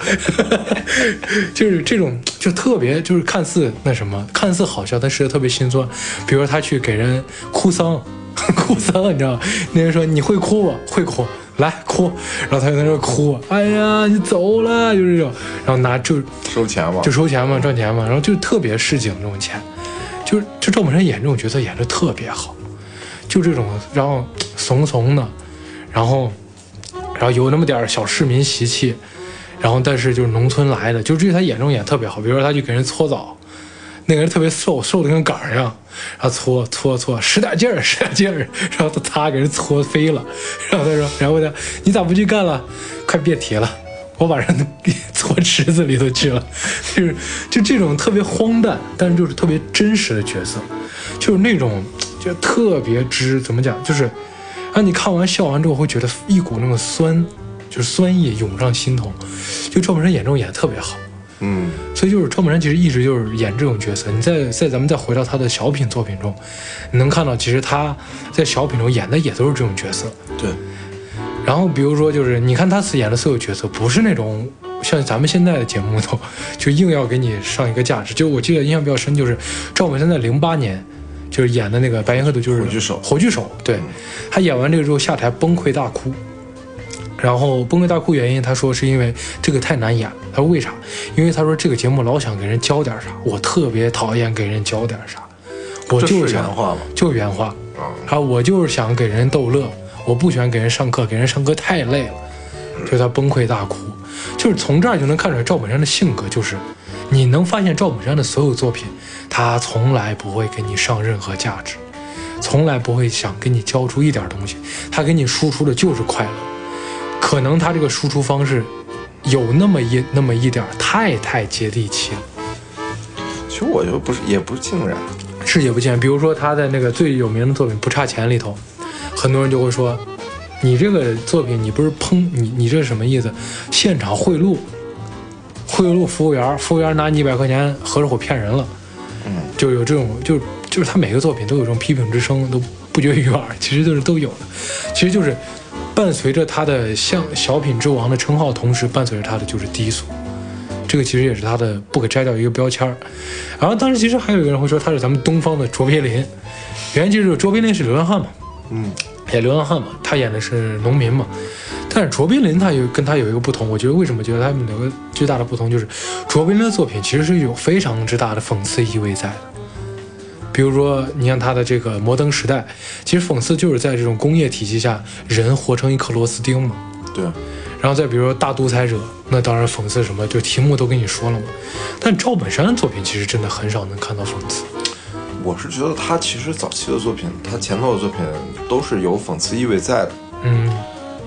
*laughs* 就是这种就特别就是看似那什么，看似好笑，但实际特别心酸。比如他去给人哭丧， *laughs* 哭丧，你知道吗？那人说你会哭吗？会哭。来哭，然后他就在那儿哭，哎呀，你走了，就是这种，然后拿就收钱吧就，收钱嘛，赚钱嘛，然后就特别市井这种钱，就是就赵本山演这种角色演的特别好，就这种然后怂怂的，然后然后有那么点儿小市民习气，然后但是就是农村来的，就至于他演这种演得特别好，比如说他去给人搓澡，那个人特别瘦，瘦的跟杆儿一样，然后搓搓搓，使点劲儿， *laughs* 使点劲儿，然后他他给人搓飞了，然后他说，然后问他你咋不去干了？快别提了，我把人 *laughs* 搓池子里头去了，就是就这种特别荒诞，但是就是特别真实的角色，就是那种就特别之怎么讲，就是让你看完笑完之后会觉得一股那种酸，就是酸意涌上心头，就赵本山演这种演得特别好。嗯，所以就是赵本山其实一直就是演这种角色。你再再咱们再回到他的小品作品中，你能看到其实他在小品中演的也都是这种角色。对，然后比如说就是你看他演的所有角色，不是那种像咱们现在的节目都就硬要给你上一个价值。就我记得印象比较深，就是赵本山在零八年就是演的那个《白云黑土》，就是火炬手嗯火炬手，对他演完这个之后下台崩溃大哭。然后崩溃大哭原因，他说是因为这个太难演。他说为啥？因为他说这个节目老想给人教点啥，我特别讨厌给人教点啥，我这就是想原话吗？就是原话啊啊，我就是想给人逗乐，我不喜欢给人上课，给人上课太累了，所以他崩溃大哭。就是从这儿就能看出来赵本山的性格，就是你能发现赵本山的所有作品，他从来不会给你上任何价值，从来不会想给你教出一点东西，他给你输出的就是快乐。可能他这个输出方式有那么一那么一点儿太太接地气了。其实我觉得不是，也不尽然，是也不见。比如说他在那个最有名的作品《不差钱》里头，很多人就会说，你这个作品你不是抨你你这是什么意思？现场贿赂，贿赂服务员儿，服务员儿拿你一百块钱合着伙骗人了，嗯，就有这种就就是他每个作品都有这种批评之声，都不绝于耳，其实就是都有的，其实就是伴随着他的像小品之王的称号，同时伴随着他的就是低俗。这个其实也是他的不可摘掉一个标签儿。然后当时其实还有一个人会说他是咱们东方的卓别林，原因就是卓别林是流浪汉嘛，嗯，演流浪汉嘛，他演的是农民嘛。但是卓别林他有跟他有一个不同，我觉得为什么觉得他们两个最大的不同就是卓别林的作品其实是有非常之大的讽刺意味在的。比如说，你像他的这个《摩登时代》，其实讽刺就是在这种工业体系下，人活成一颗螺丝钉嘛。对，然后再比如说大独裁者，那当然讽刺什么，就题目都跟你说了嘛。但赵本山的作品其实真的很少能看到讽刺，我是觉得他其实早期的作品，他前头的作品都是有讽刺意味在的，嗯，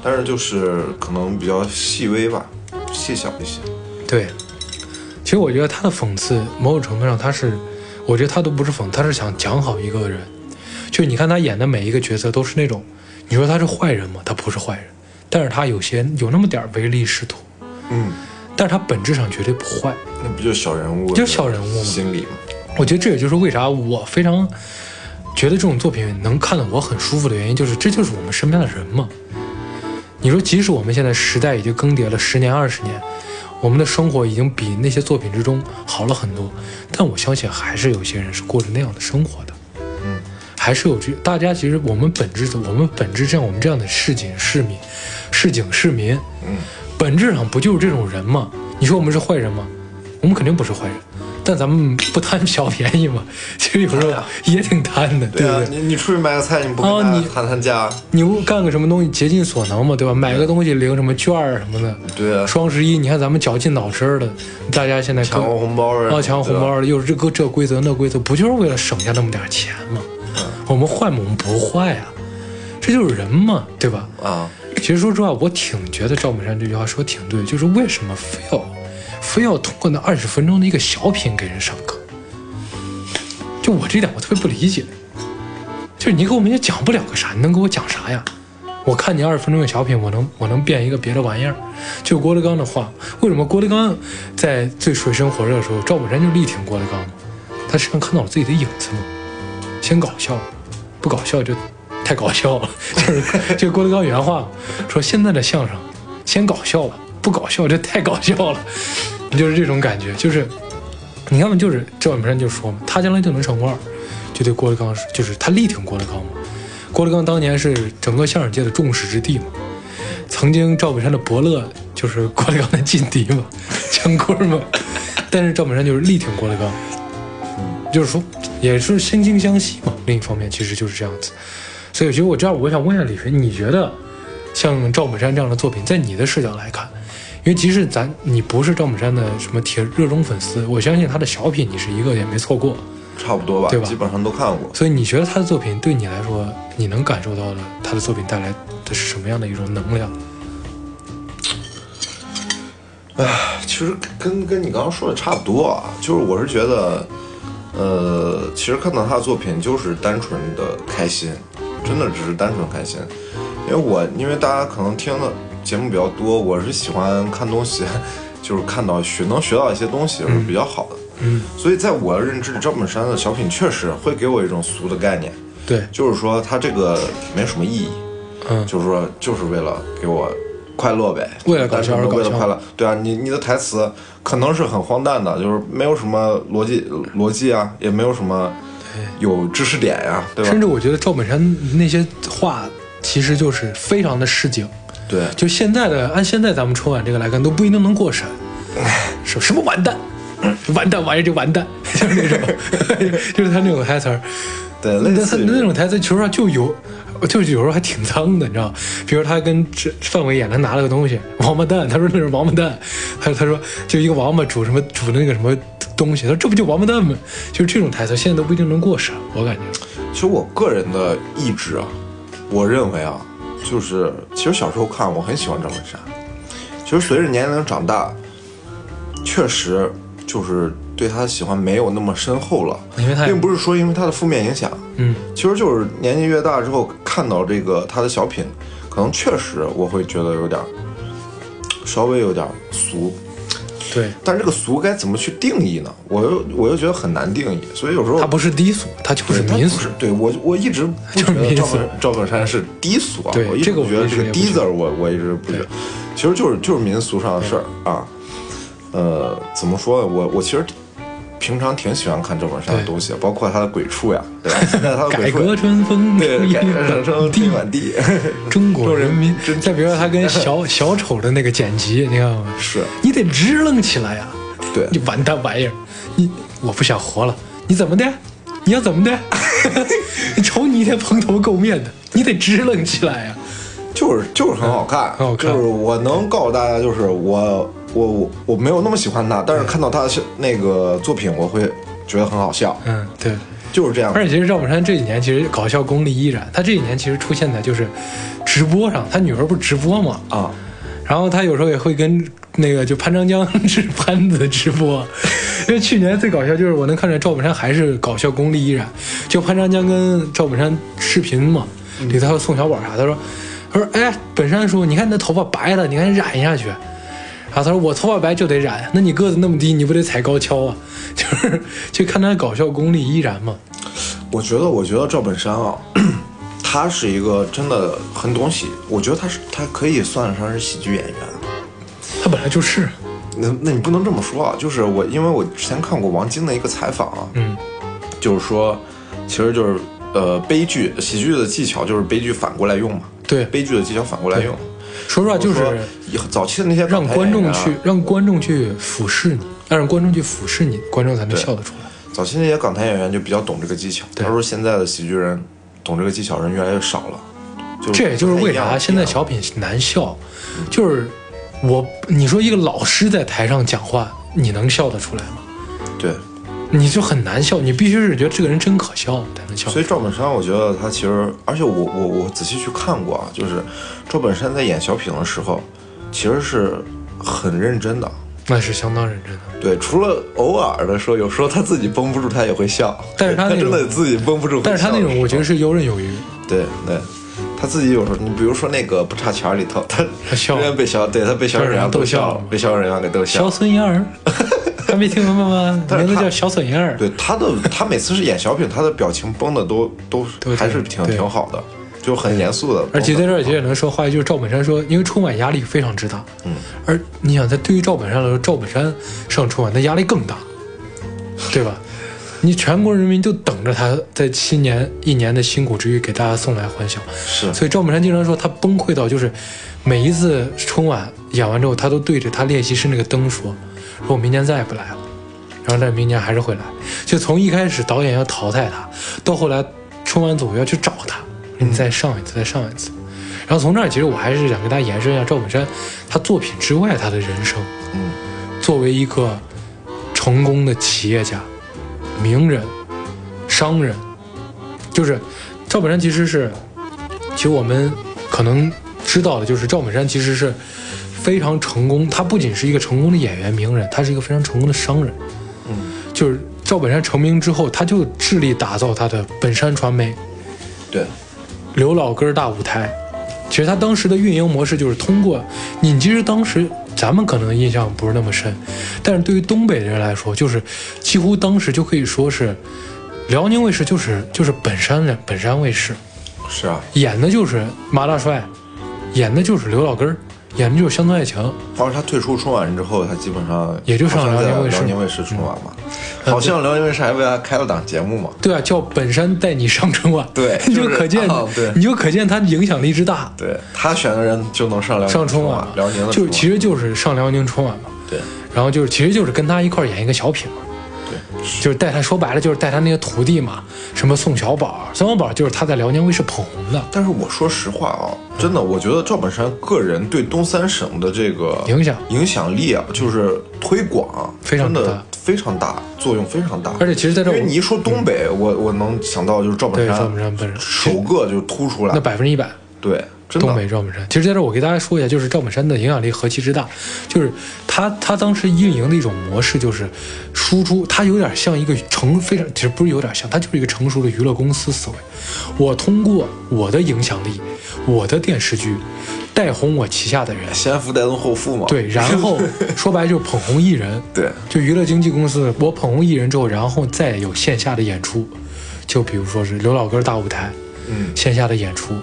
但是就是可能比较细微吧，细小一些。对。其实我觉得他的讽刺，某种程度上他是，我觉得他都不是讽，他是想讲好一个人。就你看他演的每一个角色都是那种，你说他是坏人吗？他不是坏人，但是他有些有那么点儿唯利是图，嗯，但是他本质上绝对不坏。那不就小人物，就小人物嘛心理嘛。我觉得这也就是为啥我非常觉得这种作品能看得我很舒服的原因，就是这就是我们身边的人嘛。你说，即使我们现在时代已经更迭了十年、二十年，我们的生活已经比那些作品之中好了很多，但我相信还是有些人是过着那样的生活的。嗯，还是有这大家其实我们本质，我们本质像我们这样的市井市民、市井市民，嗯，本质上不就是这种人吗？你说我们是坏人吗？我们肯定不是坏人，但咱们不贪小便宜嘛，其实有时候也挺贪的，啊对不啊对，？你你出去买个菜，你不跟啊他你谈谈价？你不干个什么东西，竭尽所能嘛，对吧？买个东西领什么券儿什么的。对啊双十一，你看咱们绞尽脑汁儿的，大家现在抢各个红包啊啊，抢个红包对儿，又是这个这规则那规则，不就是为了省下那么点儿钱吗？我们坏吗？我们不坏啊，这就是人嘛，对吧？啊，其实说实话，我挺觉得赵本山这句话说挺对，就是为什么非要非要通过那二十分钟的一个小品给人上课？就我这点我特别不理解，就是你给我们也讲不了个啥，你能给我讲啥呀？我看你二十分钟的小品，我能我能变一个别的玩意儿。就郭德纲的话，为什么郭德纲在最水深火热的时候，赵本山就力挺郭德纲嘛？他身上看到了自己的影子嘛？先搞笑，不搞笑就太搞笑了。 *laughs* 就是就是郭德纲原话说，现在的相声先搞笑吧，不搞笑就太搞笑了，就是这种感觉。就是你看嘛，就是赵本山就说嘛，他将来就能成腕儿，就对郭德纲是就是他力挺郭德纲嘛。郭德纲当年是整个相声界的众矢之的嘛，曾经赵本山的伯乐就是郭德纲的劲敌嘛， *laughs* 姜昆嘛，但是赵本山就是力挺郭德纲。就是说也是惺惺相惜嘛。另一方面，其实就是这样子。所以，其实我这样，我想问一下李飞，你觉得像赵本山这样的作品，在你的视角来看，因为即使咱你不是赵本山的什么铁热衷粉丝，我相信他的小品你是一个也没错过。差不多吧对，吧基本上都看过。所以，你觉得他的作品对你来说，你能感受到的他的作品带来的是什么样的一种能量？其实跟跟你刚刚说的差不多啊，就是我是觉得，呃，其实看到他的作品就是单纯的开心，真的只是单纯开心。因为我因为大家可能听的节目比较多，我是喜欢看东西， *laughs* 就是看到学能学到一些东西是比较好的。嗯，所以在我的认知里，赵本山的小品确实会给我一种俗的概念，对，就是说他这个没什么意义。嗯，就是说就是为了给我快乐呗，为了搞笑而搞笑为了快乐。对啊，你你的台词可能是很荒诞的，就是没有什么逻辑逻辑啊，也没有什么有知识点呀、对甚吧？至我觉得赵本山那些话，其实就是非常的市井。对，就现在的，按现在咱们春晚这个来看，都不一定能过 *laughs* 审。什什么完蛋，完蛋玩意儿就完蛋，就是那 *laughs* 种，就是他那种台词儿。对，类那他似于那种台词，其实上就有，就是有时候还挺脏的，你知道吗？比如他跟这范伟演，他拿了个东西，王八蛋，他说那是王八蛋，他他说就一个王八煮什么煮的那个什么东西，他说这不就王八蛋吗？就是这种台词，现在都不一定能过审，我感觉。其实我个人的意志啊，我认为啊，就是其实小时候看我很喜欢赵本山，其实随着年龄长大，确实就是对他的喜欢没有那么深厚了，因为他也并不是说因为他的负面影响，嗯，其实就是年纪越大之后看到这个他的小品，可能确实我会觉得有点儿稍微有点儿俗，对，但这个俗该怎么去定义呢？我又我又觉得很难定义，所以有时候他不是低俗，他就是对他民不俗是。对我我一直不就是觉得民赵俗本赵本山是低俗啊，对我一直这个不我觉得一直这个也不低觉字得儿我我一直不觉得对，其实就是就是民俗上的事儿啊，呃，怎么说呢？我我其实。平常挺喜欢看赵本山的对东西，包括他的鬼畜呀，对吧？ *laughs* 现在他的改鬼畜革春风吹 *laughs* 对，改满革成地地 *laughs* 满地，中国人民中人民真。再比如说他 *laughs* 跟小小丑的那个剪辑，你看吗？是你得支棱起来呀、啊对你完蛋玩意儿，你我不想活了，你怎么的？你要怎么的？ *laughs* 瞅你一天蓬头垢面的，你得支棱起来啊呀、就是就是很好看，嗯很好看就是我能告诉大家，就是我我我我没有那么喜欢他，但是看到他的那个作品，我会觉得很好笑。嗯，对，就是这样。而且其实赵本山这几年其实搞笑功力依然，他这几年其实出现在就是直播上，他女儿不是直播嘛，啊，然后他有时候也会跟那个就潘长江 *laughs* 直潘子直播，因为去年最搞笑就是我能看出来赵本山还是搞笑功力依然，就潘长江跟赵本山视频嘛，里头还有宋小宝啥，他说他说哎本山叔你看你那头发白了，你赶紧染一下去。然后他说我头发白就得染，那你个子那么低，你不得踩高跷啊？ *laughs* 就是就看他搞笑功力依然嘛。我觉得，我觉得赵本山啊， *clears throat* 他是一个真的很懂喜，我觉得他是他可以算得上是喜剧演员。他本来就是，那那你不能这么说啊，就是我，因为我之前看过王晶的一个采访啊，嗯，就是说，其实就是呃，悲剧喜剧的技巧就是悲剧反过来用嘛，对，悲剧的技巧反过来用，说实话就是说以早期的那些让港台观演众员啊去让观众去俯视你，让观众去俯视你，观众才能笑得出来。早期那些港台演员就比较懂这个技巧。对他说现在的喜剧人懂这个技巧人越来越少了，就这也就是为啥现在小小品难笑，就是我你说一个老师在台上讲话，你能笑得出来吗？对，你就很难笑，你必须是觉得这个人真可笑才能笑所。以赵本山我觉得他其实，而且我我我仔细去看过啊，就是赵本山在演小品的时候，其实是很认真的。那是相当认真的。对，除了偶尔的时候，有时候他自己绷不住，他也会笑。但是他 *laughs* 他那种真的自己绷不住会笑但的是时候，他那种我觉得是游刃有余，对啊对，他自己有时候，你比如说那个不差钱儿里头，他他笑人家被小对他被小沈阳逗笑了，被小沈阳给逗笑小了。笋燕 *laughs* 儿，还没听明白吗？但名是字他叫小笋燕儿。对他的，他每次是演小品，他的表情绷的都都对对还是挺对挺好的，就很严肃的。而且在这儿也能说话，就是赵本山说，因为春晚压力非常之大，嗯，而你想，在对于赵本山来说，赵本山上春晚，那压力更大，对吧？你全国人民就等着他在新年一年的辛苦之余给大家送来欢笑，是所以赵本山经常说他崩溃到就是每一次春晚演完之后，他都对着他练习室那个灯说：“说我明年再也不来了。”然后但明年还是会来。就从一开始导演要淘汰他，到后来春晚组要去找他，嗯你再上一次，再上一次。然后从这儿，其实我还是想跟大家延伸一下赵本山他作品之外他的人生。嗯，作为一个成功的企业家、名人、商人，就是赵本山其实是，其实我们可能知道的就是赵本山其实是非常成功，他不仅是一个成功的演员、名人，他是一个非常成功的商人。嗯，就是赵本山成名之后，他就致力打造他的本山传媒、对刘老根儿大舞台。其实他当时的运营模式就是通过你，其实当时咱们可能印象不是那么深，但是对于东北人来说，就是几乎当时就可以说是辽宁卫视就是就是本山人本山卫视是啊，演的就是马大帅，演的就是刘老根儿，演的就是乡村爱情。当时他退出春晚之后，他基本上也就上好像辽宁在卫视嗯呃辽宁卫视春晚嘛，好像辽宁卫视还为他开了档节目嘛。对啊，叫本山带你上春晚，对 *laughs* 你就就是可见，啊对你就可见他影响力之大。对他选的人就能上辽宁上春春晚晚嘛，，辽宁的就春是晚其实就是上辽宁春晚嘛，对然后就是其实就是跟他一块儿演一个小品嘛，对就是带他说白了就是带他那个徒弟嘛，什么宋小宝，宋小宝就是他在辽宁卫视捧红的，但是我说实话啊，真的，我觉得赵本山个人对东三省的这个影响影响力啊，就是推广啊非常真大的非常大，作用非常大。而且其实在这因儿为你一说东北，我我能想到就是赵本对山，赵本山本人首个就突出来那，百分之一百。对，真东北的赵本山，其实在这儿我给大家说一下，就是赵本山的影响力何其之大，就是他他当时运营的一种模式，就是输出，他有点像一个成非常，其实不是有点像，他就是一个成熟的娱乐公司思维。我通过我的影响力，我的电视剧，带红我旗下的人，先富带动后富嘛。 *laughs* 对，然后说白了就是捧红艺人，对就娱乐经纪公司，我捧红艺人之后，然后再有线下的演出，就比如说是刘老根儿大舞台，嗯线下的演出，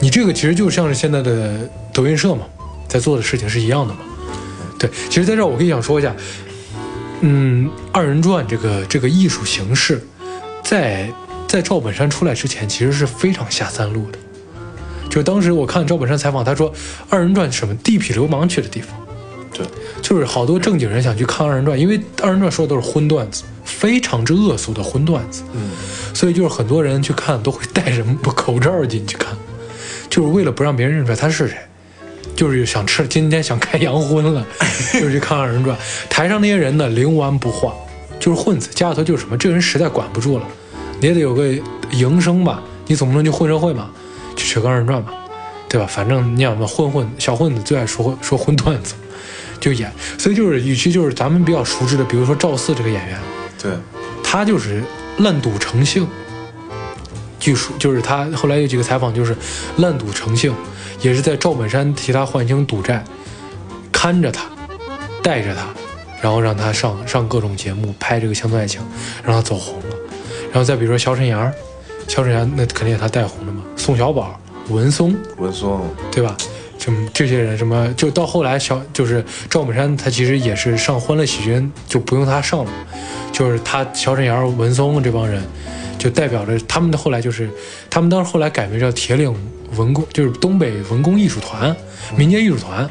你这个其实就像是现在的德云社嘛，在做的事情是一样的嘛。对，其实在这儿我跟你想说一下，嗯，二人转这个这个艺术形式，在在赵本山出来之前，其实是非常下三路的。就当时我看赵本山采访，他说二人转是什么地痞流氓去的地方，对，就是好多正经人想去看二人转，因为二人转说的都是荤段子，非常之恶俗的荤段子。嗯，所以就是很多人去看都会戴着口罩进去看，就是为了不让别人认出来他是谁。就是想吃，今天想开洋荤了，就是去看二人转。台上那些人呢，灵顽不化，就是混子。家里头就是什么，这人实在管不住了，你也得有个营生吧，你总不能去混社会嘛，去学个二人转吧，对吧？反正你想嘛，混混小混子最爱说说荤段子，就演，所以就是，与其就是咱们比较熟知的，比如说赵四这个演员，对，他就是烂赌成性。据说就是他后来有几个采访，就是烂赌成性，也是在赵本山替他还清赌债，看着他，带着他，然后让他上上各种节目拍这个《乡村爱情》，让他走红了。然后再比如说小沈阳，小沈阳那肯定也他带红的嘛，宋小宝、文松，文松，对吧？就这些人什么，就到后来小就是赵本山，他其实也是上《欢乐喜剧人》，就不用他上了，就是他小沈阳、文松这帮人，就代表着他们的后来就是他们当时后来改名叫铁岭文工，就是东北文工艺术团、民间艺术团。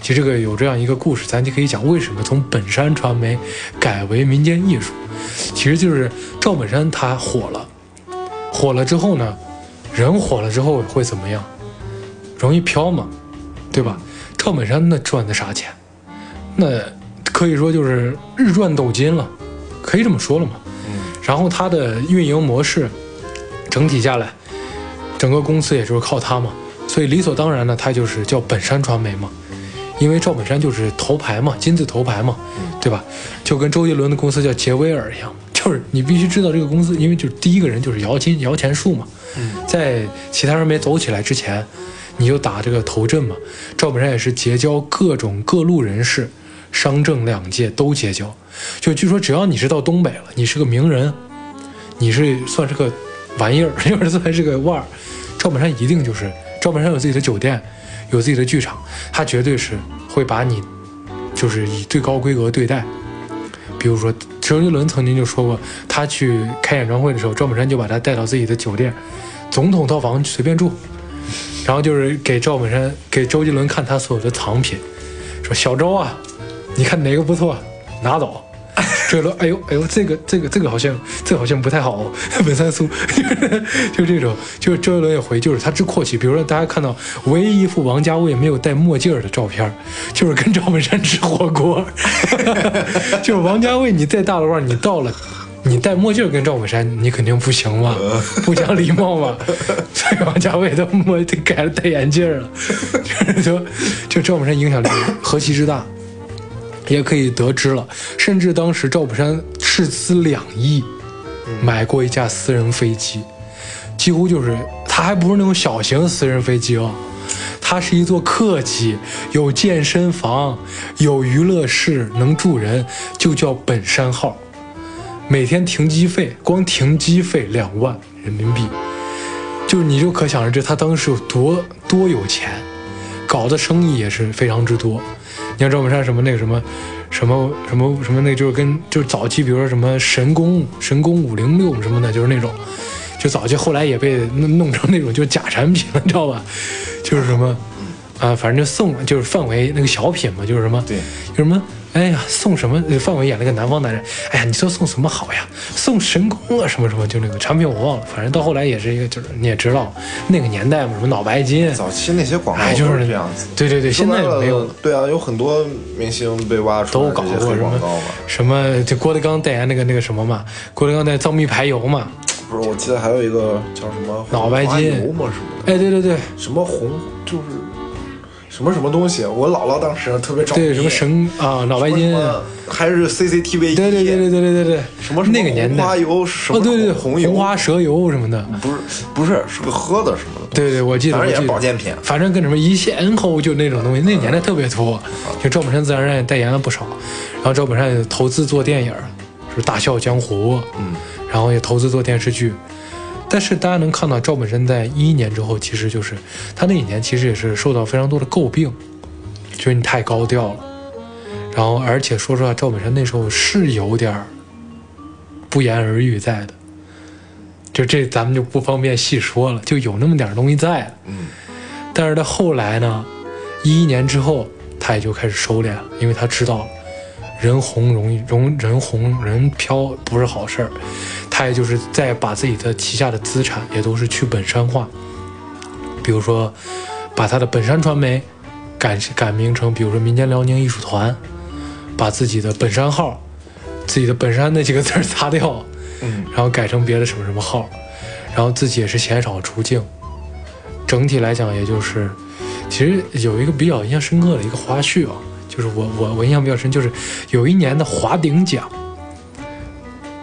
其实这个有这样一个故事，咱就可以讲为什么从本山传媒改为民间艺术，其实就是赵本山他火了，火了之后呢，人火了之后会怎么样？容易飘嘛，对吧？赵本山那赚的啥钱？那可以说就是日赚斗金了，可以这么说了嘛。然后他的运营模式整体下来，整个公司也就是靠他嘛，所以理所当然呢，他就是叫本山传媒嘛，因为赵本山就是头牌嘛，金字头牌嘛，对吧？就跟周杰伦的公司叫杰威尔一样， *laughs* 就是你必须知道这个公司，因为就是第一个人就是摇金摇钱树嘛，在其他人没走起来之前，你就打这个头阵嘛。赵本山也是结交各种各路人士，商政两界都结交。就据说只要你是到东北了，你是个名人，你是算是个玩意儿， *laughs* 就是算是个腕儿，赵本山一定就是赵本山有自己的酒店，有自己的剧场，他绝对是会把你就是以最高规格对待。比如说，周杰伦曾经就说过，他去开演唱会的时候，赵本山就把他带到自己的酒店，总统套房随便住，然后就是给赵本山给周杰伦看他所有的藏品，说小周啊，你看哪个不错，拿走。周杰伦，哎呦哎呦，这个这个这个好像这个好像不太好、 *laughs* 哦，文三苏，就这种，就是周杰伦也回，就是他之阔气。比如说大家看到唯一一副王家卫没有戴墨镜儿的照片儿，就是跟赵本山吃火锅， *laughs* 就是王家卫，你再大的腕儿，你到了。你戴墨镜儿跟赵本山，你肯定不行嘛，不讲礼貌嘛。 *laughs* 所以王家卫都墨都改了戴眼镜儿了， *laughs* 就是说，就赵本山影响力何其之大。也可以得知了，甚至当时赵本山斥资两亿买过一架私人飞机，几乎就是他还不是那种小型私人飞机哦，它是一座客机，有健身房，有娱乐室，能住人，就叫本山号，每天停机费，光停机费两万人民币，就是你就可想而知他当时有多多有钱。搞的生意也是非常之多。你像赵本山什么那个什么，什么什么什么那，就是跟就是早期，比如说什么神功神功五零六什么的，就是那种，就早期后来也被弄弄成那种就是假产品了，你知道吧？就是什么啊，反正就送就是范围那个小品嘛，就是什么对，有什么哎呀送什么？范伟演了个南方男人，哎呀你说送什么好呀？送神功啊什么什么，就那个产品我忘了，反正到后来也是一个就是你也知道那个年代嘛，什么脑白金，啊早期那些广告哎，就都是这样子。对对对，现在也没有了，对啊，有很多明星被挖出都来搞这些过黑什广告么嘛。什么，就郭德纲代言那个那个什么嘛，郭德纲代言藏秘排油嘛，不是，我记得还有一个叫什么脑白金油嘛什么的，哎，对对对什么红就是什么什么东西，我姥姥当时特别着迷。对，什么神啊，脑白金什，么还是 CCTV 一，对对对对对对对对，什么什么那个年代红花油什么哦对对对红油红花蛇油什么的，不是不是是个喝的什么的，对对，我记得，反我正也记是得保健品。嗯反正跟什么一线后就那种东西，那年代特别多，就赵本山自然而然也代言了不少，然后赵本山也投资做电影，是《大笑江湖》，嗯，然后也投资做电视剧，但是大家能看到赵本山在一一年之后，其实就是他那一年其实也是受到非常多的诟病，觉得你太高调了，然后而且说实话，赵本山那时候是有点儿不言而喻在的。就这，咱们就不方便细说了，就有那么点儿东西在的。但是到后来呢，一一年之后，他也就开始收敛了，因为他知道了人红容易容人红人飘不是好事儿，他也就是在把自己的旗下的资产也都是去本山化，比如说把他的本山传媒改改名成，比如说民间辽宁艺术团，把自己的本山号、自己的本山那几个字儿擦掉， *laughs* 嗯，然后改成别的什么什么号，然后自己也是鲜少出镜，整体来讲也就是，其实有一个比较印象深刻的一个花絮啊，就是我我我印象比较深，就是有一年的华鼎奖，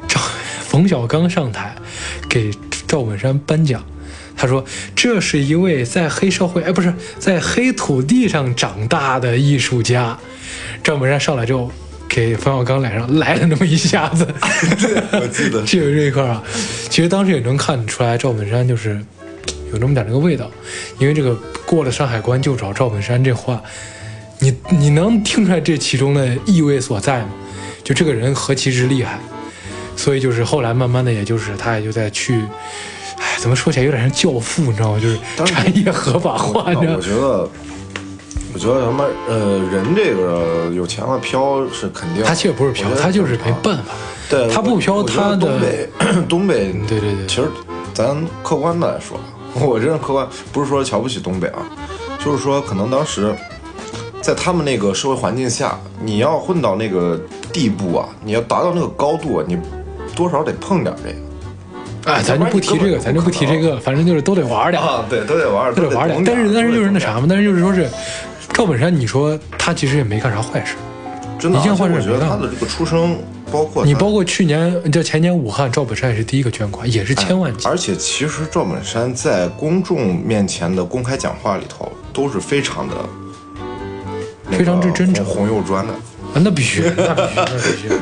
赵冯小刚上台给赵本山颁奖。他说：“这是一位在黑社会，哎，不是在黑土地上长大的艺术家。”赵本山上来之后，给冯小刚脸上来了那么一下子， *laughs* 我记 *laughs* 得这有这一块儿啊，其实当时也能看出来赵本山就是有那么点儿那个味道，因为这个过了山海关就找赵本山这话，你你能听出来这其中的意味所在吗？就这个人何其之厉害，所以就是后来慢慢的，也就是他也就在去，哎，怎么说起来有点像教父，你知道吗？就是当然产业合法化，你知道啊我吗？觉得，我觉得他妈呃，人这个有钱了飘是肯定。他其实不是飘我觉，得他就是没正常办法，对，他我不飘我觉得他的东北，东北，对对对其实咱客观的来说， *laughs* 我这人客观不是说瞧不起东北啊，就是说可能当时在他们那个社会环境下，你要混到那个地步啊，你要达到那个高度啊，你多少得碰点这个哎，咱就不提这个，咱就不提这个，反正就是都得玩儿点儿。啊，对，都得玩儿，都得玩儿懂点。但是儿但是都得就是那懂啥嘛，但是就是说是赵本山，你说他其实也没干啥坏事。真的啊，一件坏事我觉得没干他的这个出生，包括你他包括去年叫前年武汉，赵本山也是第一个捐款，也是千万级。啊哎而且其实赵本山在公众面前的公开讲话里头都是非常的，非常之真诚红红又专的。啊那必须，那必须，那必 *laughs* 须。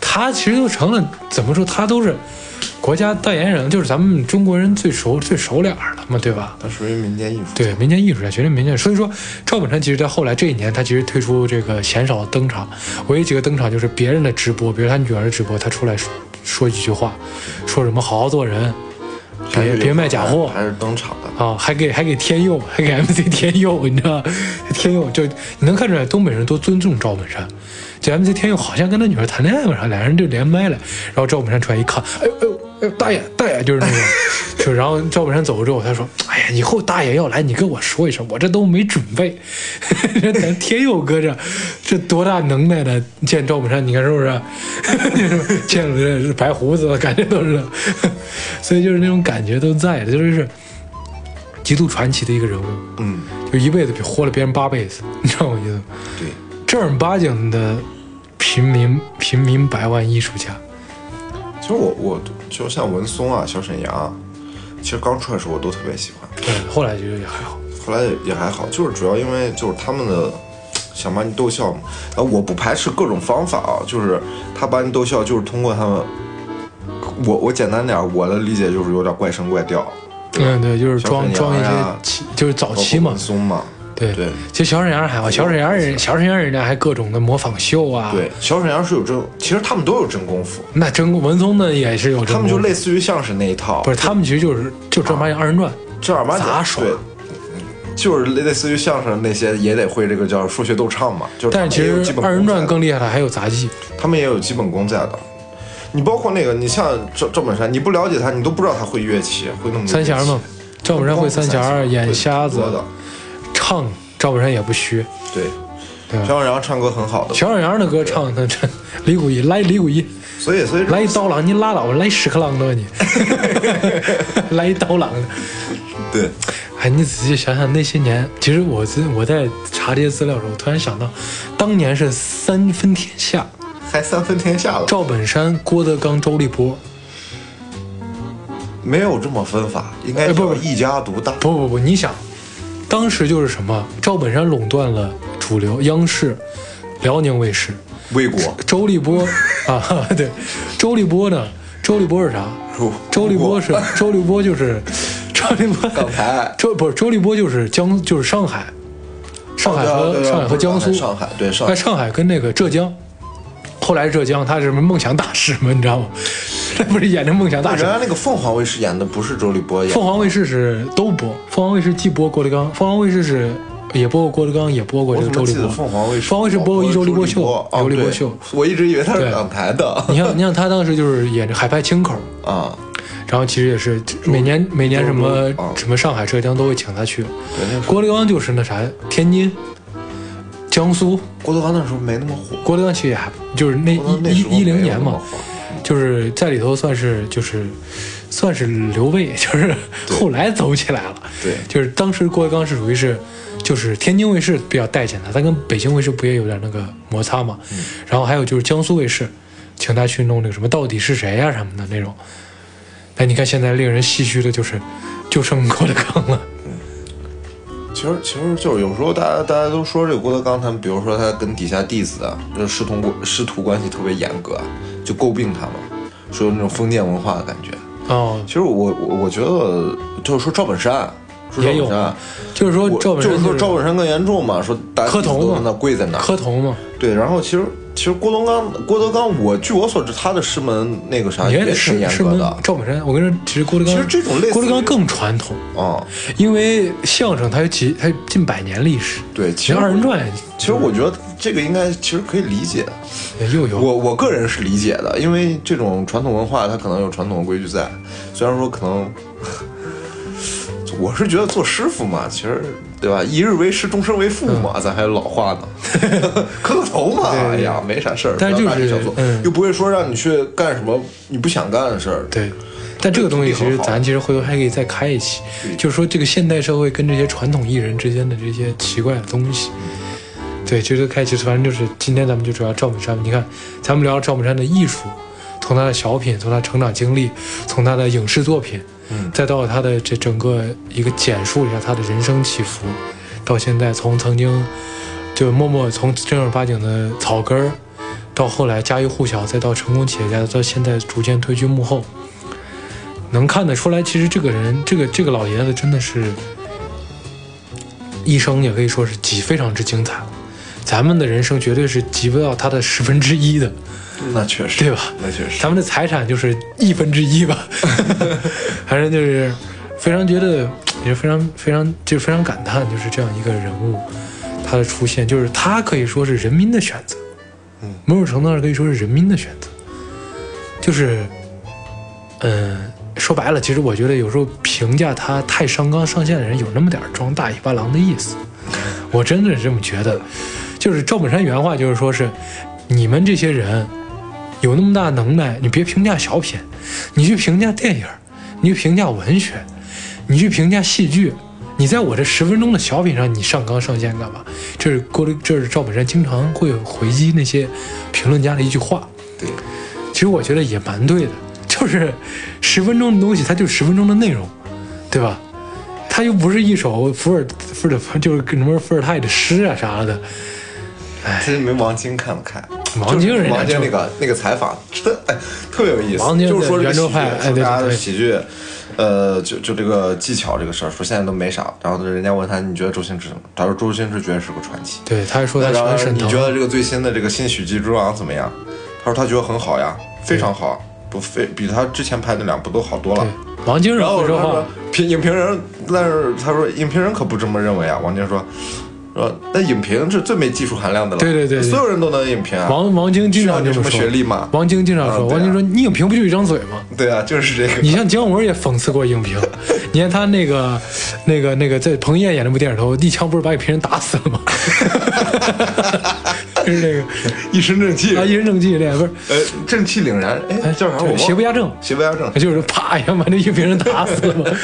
他其实就成了怎么说，他都是国家代言人，就是咱们中国人最熟最熟脸儿了嘛，对吧？它属于民间艺术。对，民间艺术家，绝对民间。所以说，赵本山其实在后来这一年，他其实推出这个鲜少登场，唯一几个登场就是别人的直播，比如他女儿的直播，他出来说说几句话，说什么好好做人，还是别有可能，别卖假货还是登场的。啊，还给还给天佑，还给 *laughs* MC 天佑，你知道吗？天佑就你能看出来东北人多尊重赵本山。这 MC 天佑好像跟他女儿谈恋爱吧啥，俩人就连麦了。然后赵本山出来一看，哎呦哎呦哎呦，大爷大爷就是那种，就然后赵本山走了之后，他说：“哎呀，以后大爷要来，你跟我说一声，我这都没准备。” *laughs* 这咱天佑哥这这多大能耐的见赵本山，你看是 *laughs* 不是？见了这白胡子了，感觉都是， *laughs* 所以就是那种感觉都在的，就是。极度传奇的一个人物，嗯，就一辈子比活了别人八辈子， *laughs* 你知道我意思吗？对，正儿八经的平民平民百万艺术家，其实我我就像文松啊、小沈阳啊，其实刚出来的时候我都特别喜欢，对，后来就也还好，后来也还好，就是主要因为就是他们的想把你逗笑嘛。啊，我不排斥各种方法啊，就是他把你逗笑，就是通过他们。我我简单点儿，我的理解就是有点怪声怪调，嗯，对，就是小装沈阳装一些呀奇，就是早包期括嘛文，松嘛，对对其实小沈阳还好，小沈阳人小沈阳人家还各种的模仿秀啊，对，，小沈阳是有真，其实他们都有真功夫，那真文松呢也是有真功夫，他们就类似于相声那一套，不是他们其实就是就正儿八经二人转，正儿八经杂耍对，嗯就是类似于相声那些也得会这个叫数学逗唱嘛，就是但他们是其也有基实本二人功在转的更厉害的还有杂技，他们也有基本功在的。你包括那个，你像赵赵本山，你不了解他，你都不知道他会乐器，会弄三弦嘛，赵本山会三弦，演瞎子会很多的，唱，赵本山也不虚，对。对啊吧小沈阳唱歌很好的，小沈阳的歌唱的这 *laughs* 李谷一来李谷一所以所以来一刀郎，你拉倒吧，来屎壳郎的吧你， *laughs* 来一刀郎的。对，哎，你仔细想想那些年，其实我在我在查这些资料的时候，我突然想到，当年是三分天下，还三分天下了，赵本山、郭德纲、周立波。没有这么分法，应该哎不叫不一家独大。不不不，你想，当时就是什么？赵本山垄断了主流央视、辽宁卫视，魏国，周立 *laughs* 波啊，对，周立波呢？周立波是啥？如周立波是周立波就是 *laughs* 周立波港台周不是周立波就是江就是上海，上海和、哦对啊对啊上海和江苏不是上海对上海哎上海跟那个浙江，后来浙江他是什么梦想大使嘛，你知道吗？ *laughs* 他不是演的梦想大原使。来那个凤凰卫视演的不是周立波演的，凤凰卫视是都播，凤凰卫视既播郭德纲，凤凰卫视是也播过郭德纲，也播过我这个怎周么立记得波。凤凰卫视？凤凰卫视播过一周立波秀，哦有立波对秀。我一直以为他对是港台的。你像你像他当时就是演着海派清口， *laughs* 啊，然后其实也是每年每年什么周周啊什么上海、浙江都会请他去。对那时候郭德纲就是那啥，天津、江苏，郭德纲那时候没那么火，郭德纲其实也还就是那郭德纲那一时候一一零没有年那么嘛火，就是在里头算是就是算是刘备， *laughs* 就是后来走起来了。对就是当时郭德纲是属于是就是天津卫视比较待见他，他跟北京卫视不也有点那个摩擦嘛。嗯然后还有就是江苏卫视请他去弄那个什么到底是谁呀、什么的那种。哎，你看现在令人唏嘘的就是，就剩郭德纲了。其实其实就是有时候大家大家都说这个郭德纲他们，比如说他跟底下弟子啊，就是师徒关师徒关系特别严格，啊就诟病他嘛，说有那种封建文化的感觉。哦其，实我我我觉得就是说赵本山，啊说赵也本有山嘛，，就是说我赵本就是山说赵本山更严重嘛，说大家磕头弟子都嘛在那跪在那儿磕头嘛，对，然后其实其实郭德纲，郭德纲，我据我所知，他的师门那个啥你啊也看挺是严是格跟的啊赵本山，我跟你说，其实郭德纲其实这种类似于郭德纲更传统，啊、因为相声它有几它有近百年历史，对，其实二人转其实我觉得这个应该其实可以理解，也又有我我个人是理解的，因为这种传统文化它可能有传统的规矩在，虽然说可能。我是觉得做师傅嘛，其实对吧？一日为师，终身为父嘛，嗯咱还有老话呢，磕个头嘛，哎呀，没啥事儿，但是不要就大事是小做，嗯又不会说让你去干什么你不想干的事儿，对。但这个东西其实咱其实回头还可以再开一期，就是说这个现代社会跟这些传统艺人之间的这些奇怪的东西，对，这个开一期反正就是今天咱们就主要赵本山，你看咱们聊赵本山的艺术，从他的小品，从他成长经历，从他的影视作品，嗯再到他的这整个一个简述一下他的人生起伏，到现在从曾经就默默从正儿八经的草根儿，到后来家喻户晓，再到成功企业家，到现在逐渐退居幕后，能看得出来，其实这个人，这个这个老爷子真的是一生也可以说是集非常之精彩了。咱们的人生绝对是集不到他的十分之一的，那确实，对吧那确 *laughs* 实，咱们的财产就是一分之一吧。反正就是非常觉得，也是非常非常就是非常感叹，就是这样一个人物，他的出现，就是他可以说是人民的选择，嗯，某种程度上可以说是人民的选择，就是，嗯、说白了，其实我觉得有时候评价他太上纲上线的人，有那么点儿装大尾巴狼的意思。我真的是这么觉得。就是赵本山原话就是说是，你们这些人有那么大能耐，你别评价小品，你去评价电影，你去评价文学，你去评价戏剧。你在我这十分钟的小品上，你上纲上线干嘛？这是郭德，这是赵本山经常会回击那些评论家的一句话。对，其实我觉得也蛮对的，就是十分钟的东西，它就十分钟的内容，对吧？它又不是一首伏尔伏尔就是什么伏尔泰的诗啊啥的，其实没王晶看得开，王晶就是人家王晶就那个那个采访，真哎特别有意思，王晶就是说这个圆喜桌剧，派哎说对大家对的对喜剧，呃，就就这个技巧这个事儿，说现在都没啥，然后人家问他你觉得周星驰怎么？他说周星驰绝对是个传奇。对，他还说他那喜然后欢沈你腾觉，得这个最新的这个新喜剧《之王》怎么样？他说他觉得很好呀，非常好，不非比他之前拍的两部都好多了对。，王晶是然后会他说说话，评影评人，但是他说影评人可不这么认为啊。王晶说，说那影评是最没技术含量的了，对对对对所有人都能影评啊。王王晶经需要常你这什么么说学，历吗？王晶经常说，嗯对啊王晶说你影评不就一张嘴吗？ *laughs* 对啊，就是这个。你像姜文也讽刺过影评， *laughs* 你看他那个、那个、那个，在彭于晏演那部电影头，一枪不是把影评人打死了吗？ *laughs* 就是那个一身正气，啊，一人正气那个不是呃，正气凛然，哎，叫啥？就我是忘邪不压正邪不压正。就是啪一下把那影评人打死了嘛。 *laughs*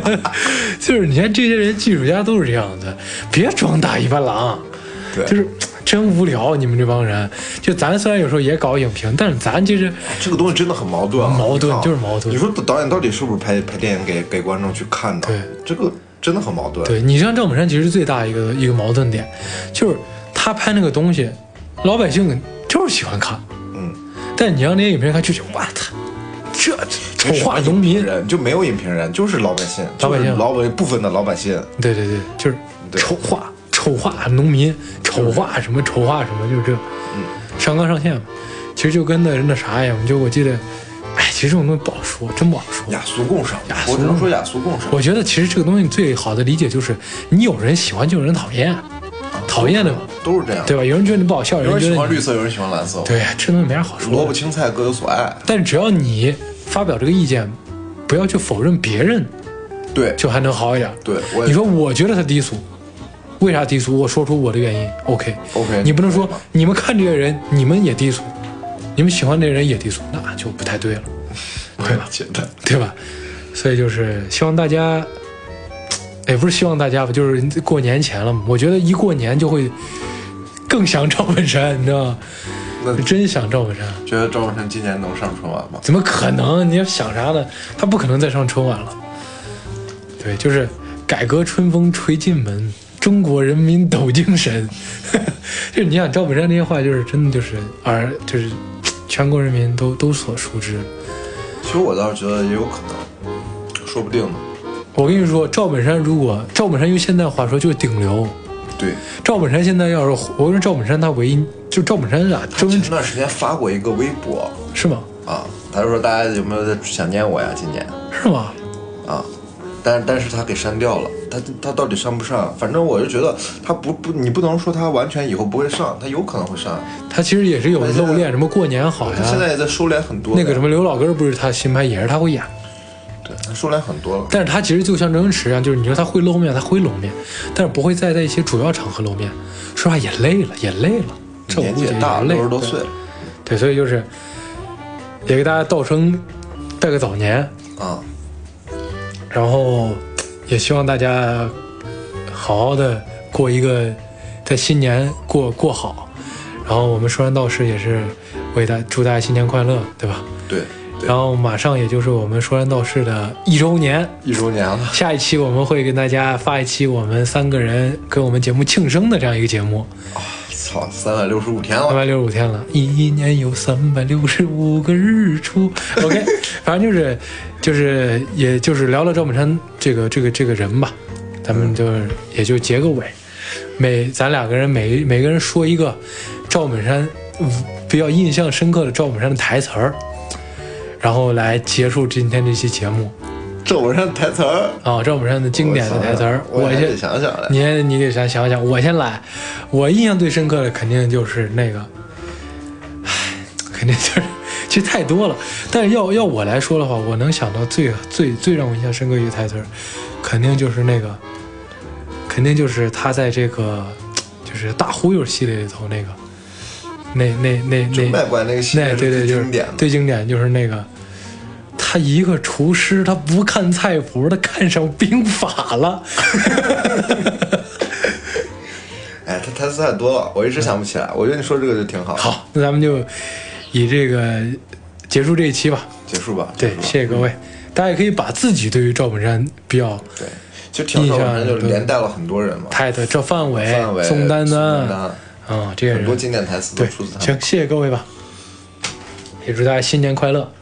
就是就是你看这些人技术家都是这样的，别装大尾巴狼，对就是真无聊你们这帮人。就咱虽然有时候也搞影评，但是咱其实这个东西真的很矛盾啊，哎矛盾你看啊就是矛盾你说导演到底是不是拍拍电影给给观众去看的？对，这个真的很矛盾。对你像赵本山，其实最大一个一个矛盾点，就是他拍那个东西，老百姓就是喜欢看，嗯，但你让那些影评人看，就觉得我操，这丑化农民，人就没有影评人，就是老百姓，老百姓就是老百部分的老百姓，对对对，就是对丑化丑化农民，丑化什么丑化什么，就是这，嗯，上纲上线嘛。其实就跟那那啥一样，就我记得，哎，其实这种东西不好说，真不好说。雅俗共赏。雅俗我只能说雅俗共赏。我觉得其实这个东西最好的理解就是，你有人喜欢，就有人讨厌，啊讨厌的啊都是这样，对吧？有人觉得你不好笑，有人觉喜得欢你绿色，有人喜欢蓝色，对，这东西没啥好萝说卜的。青菜各有所爱。但只要你发表这个意见，不要去否认别人，对，就还能好一点。对我也你说我觉得他低俗，为啥低俗？我说出我的原因，OK。 OK，你不能说可以吗你们看这些人，你们也低俗，你们喜欢那人野地苏，那就不太对了，我也觉得，对吧？所以就是希望大家，也不是希望大家吧，就是过年前了嘛，我觉得一过年就会更想 *laughs* 赵本山，你知道吗？那真想赵本山，觉得赵本山今年能上春晚吗？怎么可能？你要想啥呢？他不可能再上春晚了。对，就是改革春风吹进门，中国人民抖精神。 *laughs* 就是你想赵本山这些话，就是真的就是而就是全国人民都都所熟知。其实我倒是觉得也有可能，说不定呢。我跟你说，赵本山如果赵本山用现在话说就是顶流。对，赵本山现在要是我跟你说，赵本山他唯一就赵本山啊，周前星驰段时间发过一个微博是吗？啊，他说大家有没有在想念我呀？今年是吗？啊，但但是他给删掉了，他他到底上不上？反正我就觉得他不不，你不能说他完全以后不会上，他有可能会上。他其实也是有他现在露脸，什么过年好呀他，现在也在收敛很多的，啊那个什么刘老根儿不是他新拍，也是他会演。对，他收敛很多了。但是他其实就像周星驰一样，就是你说他会露面，他会露面，但是不会再在一些主要场合露面。说实话也累了，也累了，这我年估纪计也大了，累六十多岁了对，所以就是也给大家道声拜个早年，啊，然后也希望大家好好的过一个在新年过过好。然后我们说完道士也是为大祝大家新年快乐，对吧？对，对然后马上也就是我们说完道士的一周年，一周年了，下一期我们会跟大家发一期我们三个人跟我们节目庆生的这样一个节目，操，三百六十五天三了，百六十五天了，一一年有三百六十五个日出。OK，反 *laughs* 正就是就是也就是聊聊赵本山这个这个这个人吧，咱们就是也就结个尾，每咱两个人每每个人说一个赵本山嗯比较印象深刻的赵本山的台词儿，然后来结束今天这期节目这我上台词儿，啊，赵本山的经典的台词儿，我我还先得。想想来。你你得先想想，我先来。我印象最深刻的肯定就是那个，唉，肯定就是 *laughs* 其实太多了。但是要要我来说的话，我能想到最最最让我印象深刻一个台词儿，肯定就是那个，肯定就是他在这个就是大忽悠系列里头那个，那那那就那卖拐那个系列那是对对最就是经典的最经典就是那个。他一个厨师，他不看菜谱，他看上兵法了。哎，他台词太多了，我一时想不起来。我觉得你说这个就挺好。，好，那咱们就以这个结束这一期吧。结束吧。对结，束吧谢谢各位，大家也可以把自己对于赵本山比较对，就挺少人就连带了很多人嘛，态的赵范伟、范伟、宋丹丹丹，啊，这些很多人经典台词都对，出自他行，们。谢谢各位吧，也祝大家新年快乐，